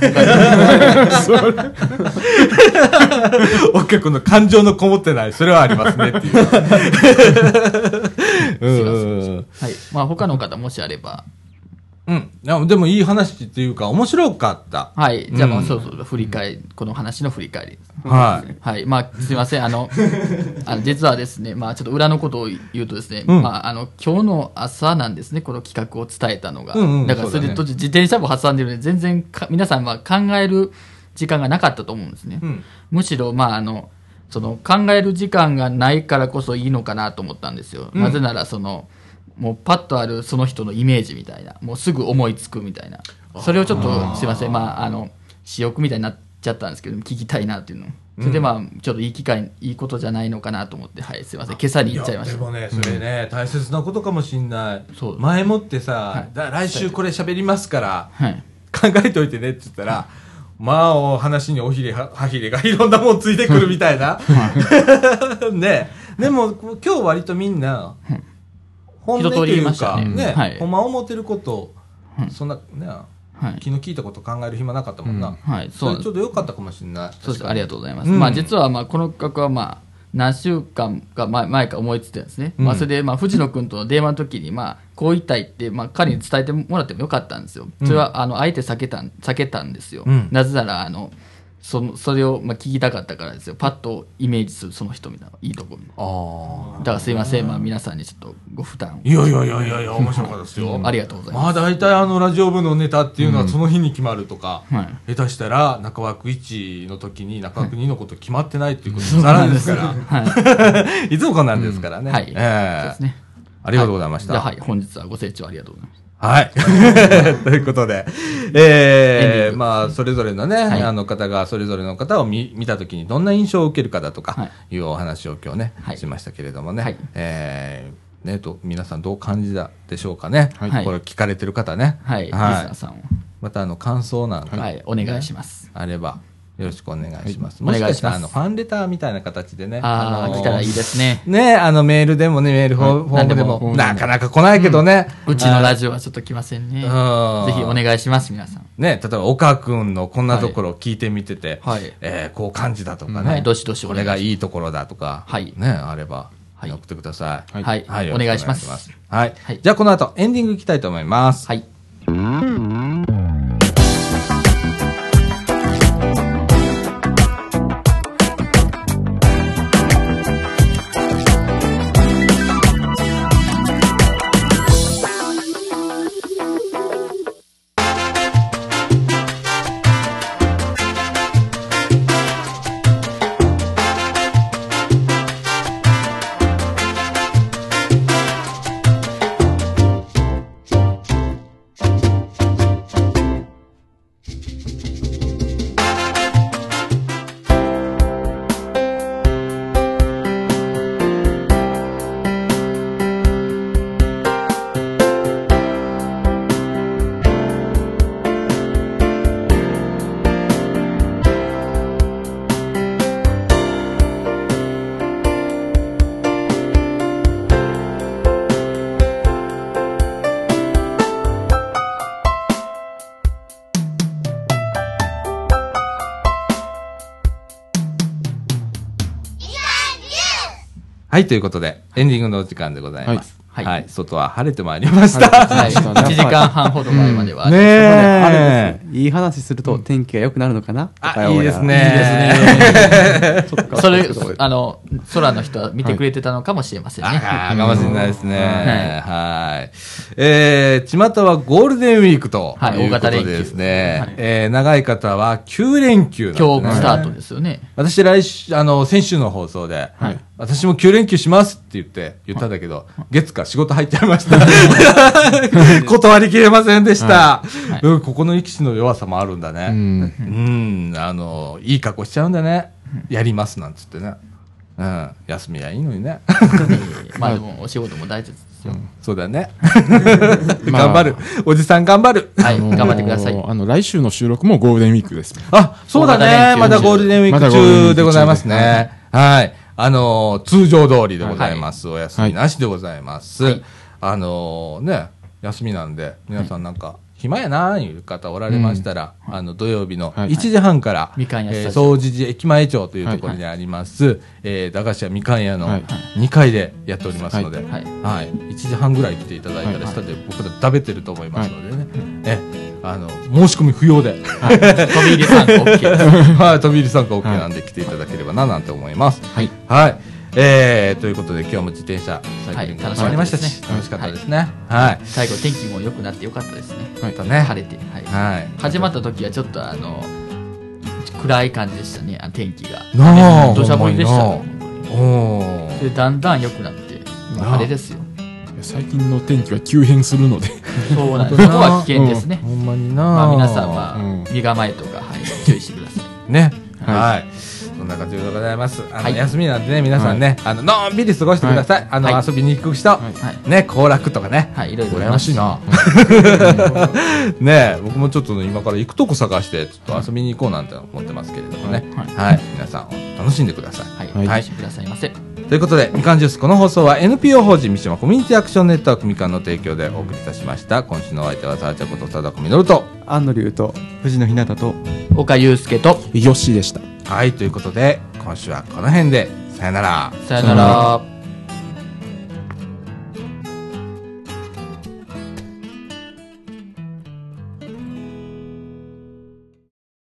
Speaker 1: [laughs] お客の感情のこもってない、それはありますねっていう。うん。
Speaker 4: はいまあ他の方もしあれば
Speaker 1: うんいや。でもいい話っていうか、面白かった。
Speaker 4: はいじゃあま
Speaker 1: う
Speaker 4: あ
Speaker 1: ん
Speaker 4: そうそう振り返りこの話の振り返りです
Speaker 1: はい。
Speaker 4: はい、まあ、すみません、
Speaker 1: [laughs]
Speaker 4: あの、あの実はですね、まあ、ちょっと裏のことを言うとですね、
Speaker 1: うん
Speaker 4: まあ、あの、今日の朝なんですね、この企画を伝えたのが。
Speaker 1: うんうん
Speaker 4: だから、
Speaker 1: そうだね
Speaker 4: それで途中、自転車も挟んでるので、全然か、皆さんは考える時間がなかったと思うんですね。
Speaker 1: うん
Speaker 4: むしろ、まあ、あの、その、考える時間がないからこそいいのかなと思ったんですよ。
Speaker 1: うん
Speaker 4: なぜなら、その、もうパッとあるその人のイメージみたいな、もうすぐ思いつくみたいな。それをちょっと、すいません、まあ、あの、私欲みたいになっちゃったんですけど、聞きたいなっていうの。それでまあ、ちょっといい機会、いいことじゃないのかなと思って、はい、すいません、今朝に行っちゃいまし
Speaker 1: や
Speaker 4: た。
Speaker 1: でもね、それね、大切なことかもしんない。
Speaker 4: そう
Speaker 1: 前もってさ
Speaker 4: は、い
Speaker 1: だ来週これ喋りますから、 [laughs]
Speaker 4: はい。
Speaker 1: 考えといてねって言ったら、まあ、お話におひれは、はひれがいろんなもんついてくるみたいな。 [laughs] ねでも、今日割とみんな、本音と
Speaker 4: 一通り言
Speaker 1: い
Speaker 4: いうました
Speaker 1: か、
Speaker 4: ね
Speaker 1: ね
Speaker 4: はい、
Speaker 1: ほんま思ってること
Speaker 4: う、ん
Speaker 1: そんな、ね、
Speaker 4: はい。
Speaker 1: 気の利いたこと考える暇なかったもんな。
Speaker 4: はい、
Speaker 1: そ
Speaker 4: そう
Speaker 1: れ
Speaker 4: な
Speaker 1: ち
Speaker 4: んです
Speaker 1: ょうど良かったかもしれない。
Speaker 4: そうですありがとうございます、
Speaker 1: うん
Speaker 4: まあ、実はまあこの企画はまあ何週間か前前から思いついてたんですね、まあ、それでまあ藤野君との電話の時にまあこう言いたいってまあ彼に伝えてもらってもよかったんですよそれはあのあえて避けたん避けたんですよ、
Speaker 1: うん
Speaker 4: なぜならあのそのそれをまあ聞きたかったからですよパッとイメージするその人みたいないいところ
Speaker 1: ああ。
Speaker 4: だからすいません、まあ、皆さんにちょっとご負担を
Speaker 1: いやいやいやいやいや、面白かったですよ。
Speaker 4: ありがとうございます、
Speaker 1: まあ大体あのラジオ部のネタっていうのはその日に決まるとか、
Speaker 4: はい
Speaker 1: 下手したら中枠1の時に中枠2のこと決まってないっていうこともざらですから、 [laughs] い、つもこんなんですからね。
Speaker 4: は
Speaker 1: え
Speaker 4: い、そう
Speaker 1: え
Speaker 4: ですね
Speaker 1: ありがとうございました。
Speaker 4: じゃあ
Speaker 1: は。
Speaker 4: はいい本日はご清聴ありがとうございました
Speaker 1: [laughs] ということで、え
Speaker 4: エンディン
Speaker 1: ー、
Speaker 4: グ
Speaker 1: まあ、それぞれのね、
Speaker 4: い
Speaker 1: あの方が、それぞれの方を見見たときにどんな印象を受けるかだと
Speaker 4: は
Speaker 1: か、いうお話を今日ね、
Speaker 4: はい
Speaker 1: しましたけれどもね、
Speaker 4: はい
Speaker 1: えーねと、皆さんどう感じたでしょうかね。
Speaker 4: はい
Speaker 1: これ聞かれてる方ね。
Speaker 4: はい、リスナーさんを
Speaker 1: またあの感想なんか、
Speaker 4: はい、お願いします
Speaker 1: あればよろしくお願いします。
Speaker 4: は
Speaker 1: も
Speaker 4: い
Speaker 1: しかしたら
Speaker 4: お願いします
Speaker 1: あのファンレターみたいな形でね、
Speaker 4: あ
Speaker 1: の
Speaker 4: あ来たらいいです [laughs] ね
Speaker 1: ねあのメールでもねメールフォ,、フォームで
Speaker 4: 何で
Speaker 1: も
Speaker 4: も
Speaker 1: なかなか来ないけどね、
Speaker 4: うちのラジオはちょっと来ませんね。ぜひ
Speaker 1: うん
Speaker 4: お願いします、皆さん。
Speaker 1: ね例えば岡君のこんなところを聞いてみてて、
Speaker 4: はい
Speaker 1: えーこう感じたとかね、
Speaker 4: はいどしどしお
Speaker 1: こ
Speaker 4: 願い
Speaker 1: れ
Speaker 4: しま
Speaker 1: が
Speaker 4: す
Speaker 1: いいところだとか、
Speaker 4: はい
Speaker 1: ねあれば
Speaker 4: はい
Speaker 1: 送ってください。
Speaker 4: はい、
Speaker 1: よろ
Speaker 4: お
Speaker 1: く
Speaker 4: 願いします。
Speaker 1: はい、
Speaker 4: はい
Speaker 1: じゃあこの後エンディングいきたいと思います。
Speaker 4: はい。
Speaker 1: はい、ということで、エンディングのお時間でございます。は、
Speaker 4: はいい
Speaker 1: 外は晴れてまいりました。
Speaker 4: はい、1時間半ほど前までは、
Speaker 1: ね
Speaker 2: あれで
Speaker 1: え
Speaker 2: すねいい話すると天気が良くなるのかなとか
Speaker 1: あ、いいです
Speaker 3: [laughs]
Speaker 1: ね。
Speaker 4: それあの空の人は見てくれてたのかもしれませんね、
Speaker 1: ああ、かもしれないですね。はい。えー、巷はゴールデンウィークと
Speaker 4: はい
Speaker 1: いうことでですね、えー長い方は9連休なんですね
Speaker 4: [laughs] 今日スタートですよね
Speaker 1: 私、来週、あの、先週の放送で、私も9連休しますって言って、言ったんだけど、月か仕事入っちゃいました。 [laughs] 断りきれませんでした。うん、ここの力士の弱さもあるんだ
Speaker 5: う
Speaker 1: ね。
Speaker 5: ん
Speaker 1: う。ん、あの、いい格好しちゃうんだね。やりますなんつってね。うん、休みはいいのにね。
Speaker 4: まあでもお仕事も大切ですよ、
Speaker 1: そうだね。
Speaker 5: まあ
Speaker 1: 頑張る。おじさん頑張る。
Speaker 4: はい
Speaker 5: あのー
Speaker 4: 頑張ってください
Speaker 5: あの、来週の収録もゴールデンウィークです。
Speaker 1: あ、そうだね。ま
Speaker 4: ま
Speaker 1: だ
Speaker 4: だ
Speaker 1: ゴ
Speaker 4: ゴ
Speaker 1: ール
Speaker 4: ール
Speaker 1: デ
Speaker 4: デ
Speaker 1: ンウィ
Speaker 5: ィ
Speaker 1: ー
Speaker 5: ー
Speaker 1: ク
Speaker 5: ク
Speaker 1: 中
Speaker 5: 中
Speaker 1: でございますね。はい。あのー通常通りでございます。お休みなしでございます。あのーね、休みなんで、皆さんなんか、暇やなーいう方おられましたら、あの、土曜日の
Speaker 5: はい
Speaker 1: 1時半から、え
Speaker 4: みかん屋ス
Speaker 1: ー
Speaker 4: タジオ
Speaker 1: 総除寺駅前町というところにあります、えー駄菓子屋みかん屋の
Speaker 5: はい
Speaker 1: 2階でやっておりますので、は
Speaker 4: はいい。
Speaker 1: 1時半ぐらい来ていただいた
Speaker 5: は
Speaker 1: ら、
Speaker 5: い
Speaker 1: 下で僕ら食べてると思いますのでね。え、あの、申し込み不要
Speaker 4: [laughs]
Speaker 1: で。
Speaker 4: 飛び入り参加 OK です
Speaker 1: はい、飛び入り参加 OK なんで来ていただければななんて思います。
Speaker 5: はい。
Speaker 1: はい。えー、ということで今日も自転車サイクリング
Speaker 4: はい
Speaker 1: 頑張りましたし、楽
Speaker 4: 楽
Speaker 1: し
Speaker 4: し
Speaker 1: か
Speaker 4: か
Speaker 1: っで
Speaker 4: ったたですす
Speaker 1: ね。はい。
Speaker 4: 最後天気も良くなって良かったですね
Speaker 1: はい。だ
Speaker 4: 晴
Speaker 1: ね。
Speaker 4: れてはい、
Speaker 1: はい。
Speaker 4: 始まった時はちょっとあの暗い感じでしたねあの天気が
Speaker 1: なあ
Speaker 4: で土砂降りでした
Speaker 1: ほんま
Speaker 4: 本当に
Speaker 1: おおー。
Speaker 4: でだんだん良くなって
Speaker 5: なあ
Speaker 4: 晴れですよ
Speaker 5: 最近の天気は急変するので。
Speaker 4: そうな
Speaker 1: 本
Speaker 4: ん
Speaker 1: 当
Speaker 4: で
Speaker 1: だ
Speaker 4: [laughs] すそこは危険ですね、
Speaker 1: ほんまにな
Speaker 4: まあ、皆さんは
Speaker 5: うん
Speaker 4: 身構えとか、はい、注意してください
Speaker 1: ね。
Speaker 5: はい
Speaker 1: はい。そんな感じでございます。あ
Speaker 4: は
Speaker 1: の、
Speaker 4: い
Speaker 1: 休みなんでね、皆さんね、あの、のんびり過ごしてください。あの、
Speaker 4: はい
Speaker 1: 遊びに行く人
Speaker 5: はい、
Speaker 4: はい
Speaker 1: ね、行楽とかね。
Speaker 4: はいいろいろ
Speaker 1: 羨ましいな。
Speaker 4: [laughs]
Speaker 1: ねえ、僕もちょっとね今から行くとこ探して、ちょっと遊びに行こうなんて思ってますけれどもね。
Speaker 4: はい
Speaker 1: はい。皆さん、楽しんでください。
Speaker 4: はい、
Speaker 5: はい
Speaker 4: お楽しみくださいませ、
Speaker 1: ということで、みかんジュース、この放送は NPO 法人三島コミュニティアクションネットワークみかんの提供でお送りいたしました。今週のお相手は、さあちゃこと、さだこみのると。
Speaker 2: 安野龍と
Speaker 6: 藤野ひなたと
Speaker 4: 岡祐介と
Speaker 5: よしでした。
Speaker 1: はい。ということで、今週はこの辺で、さよなら。
Speaker 4: さよなら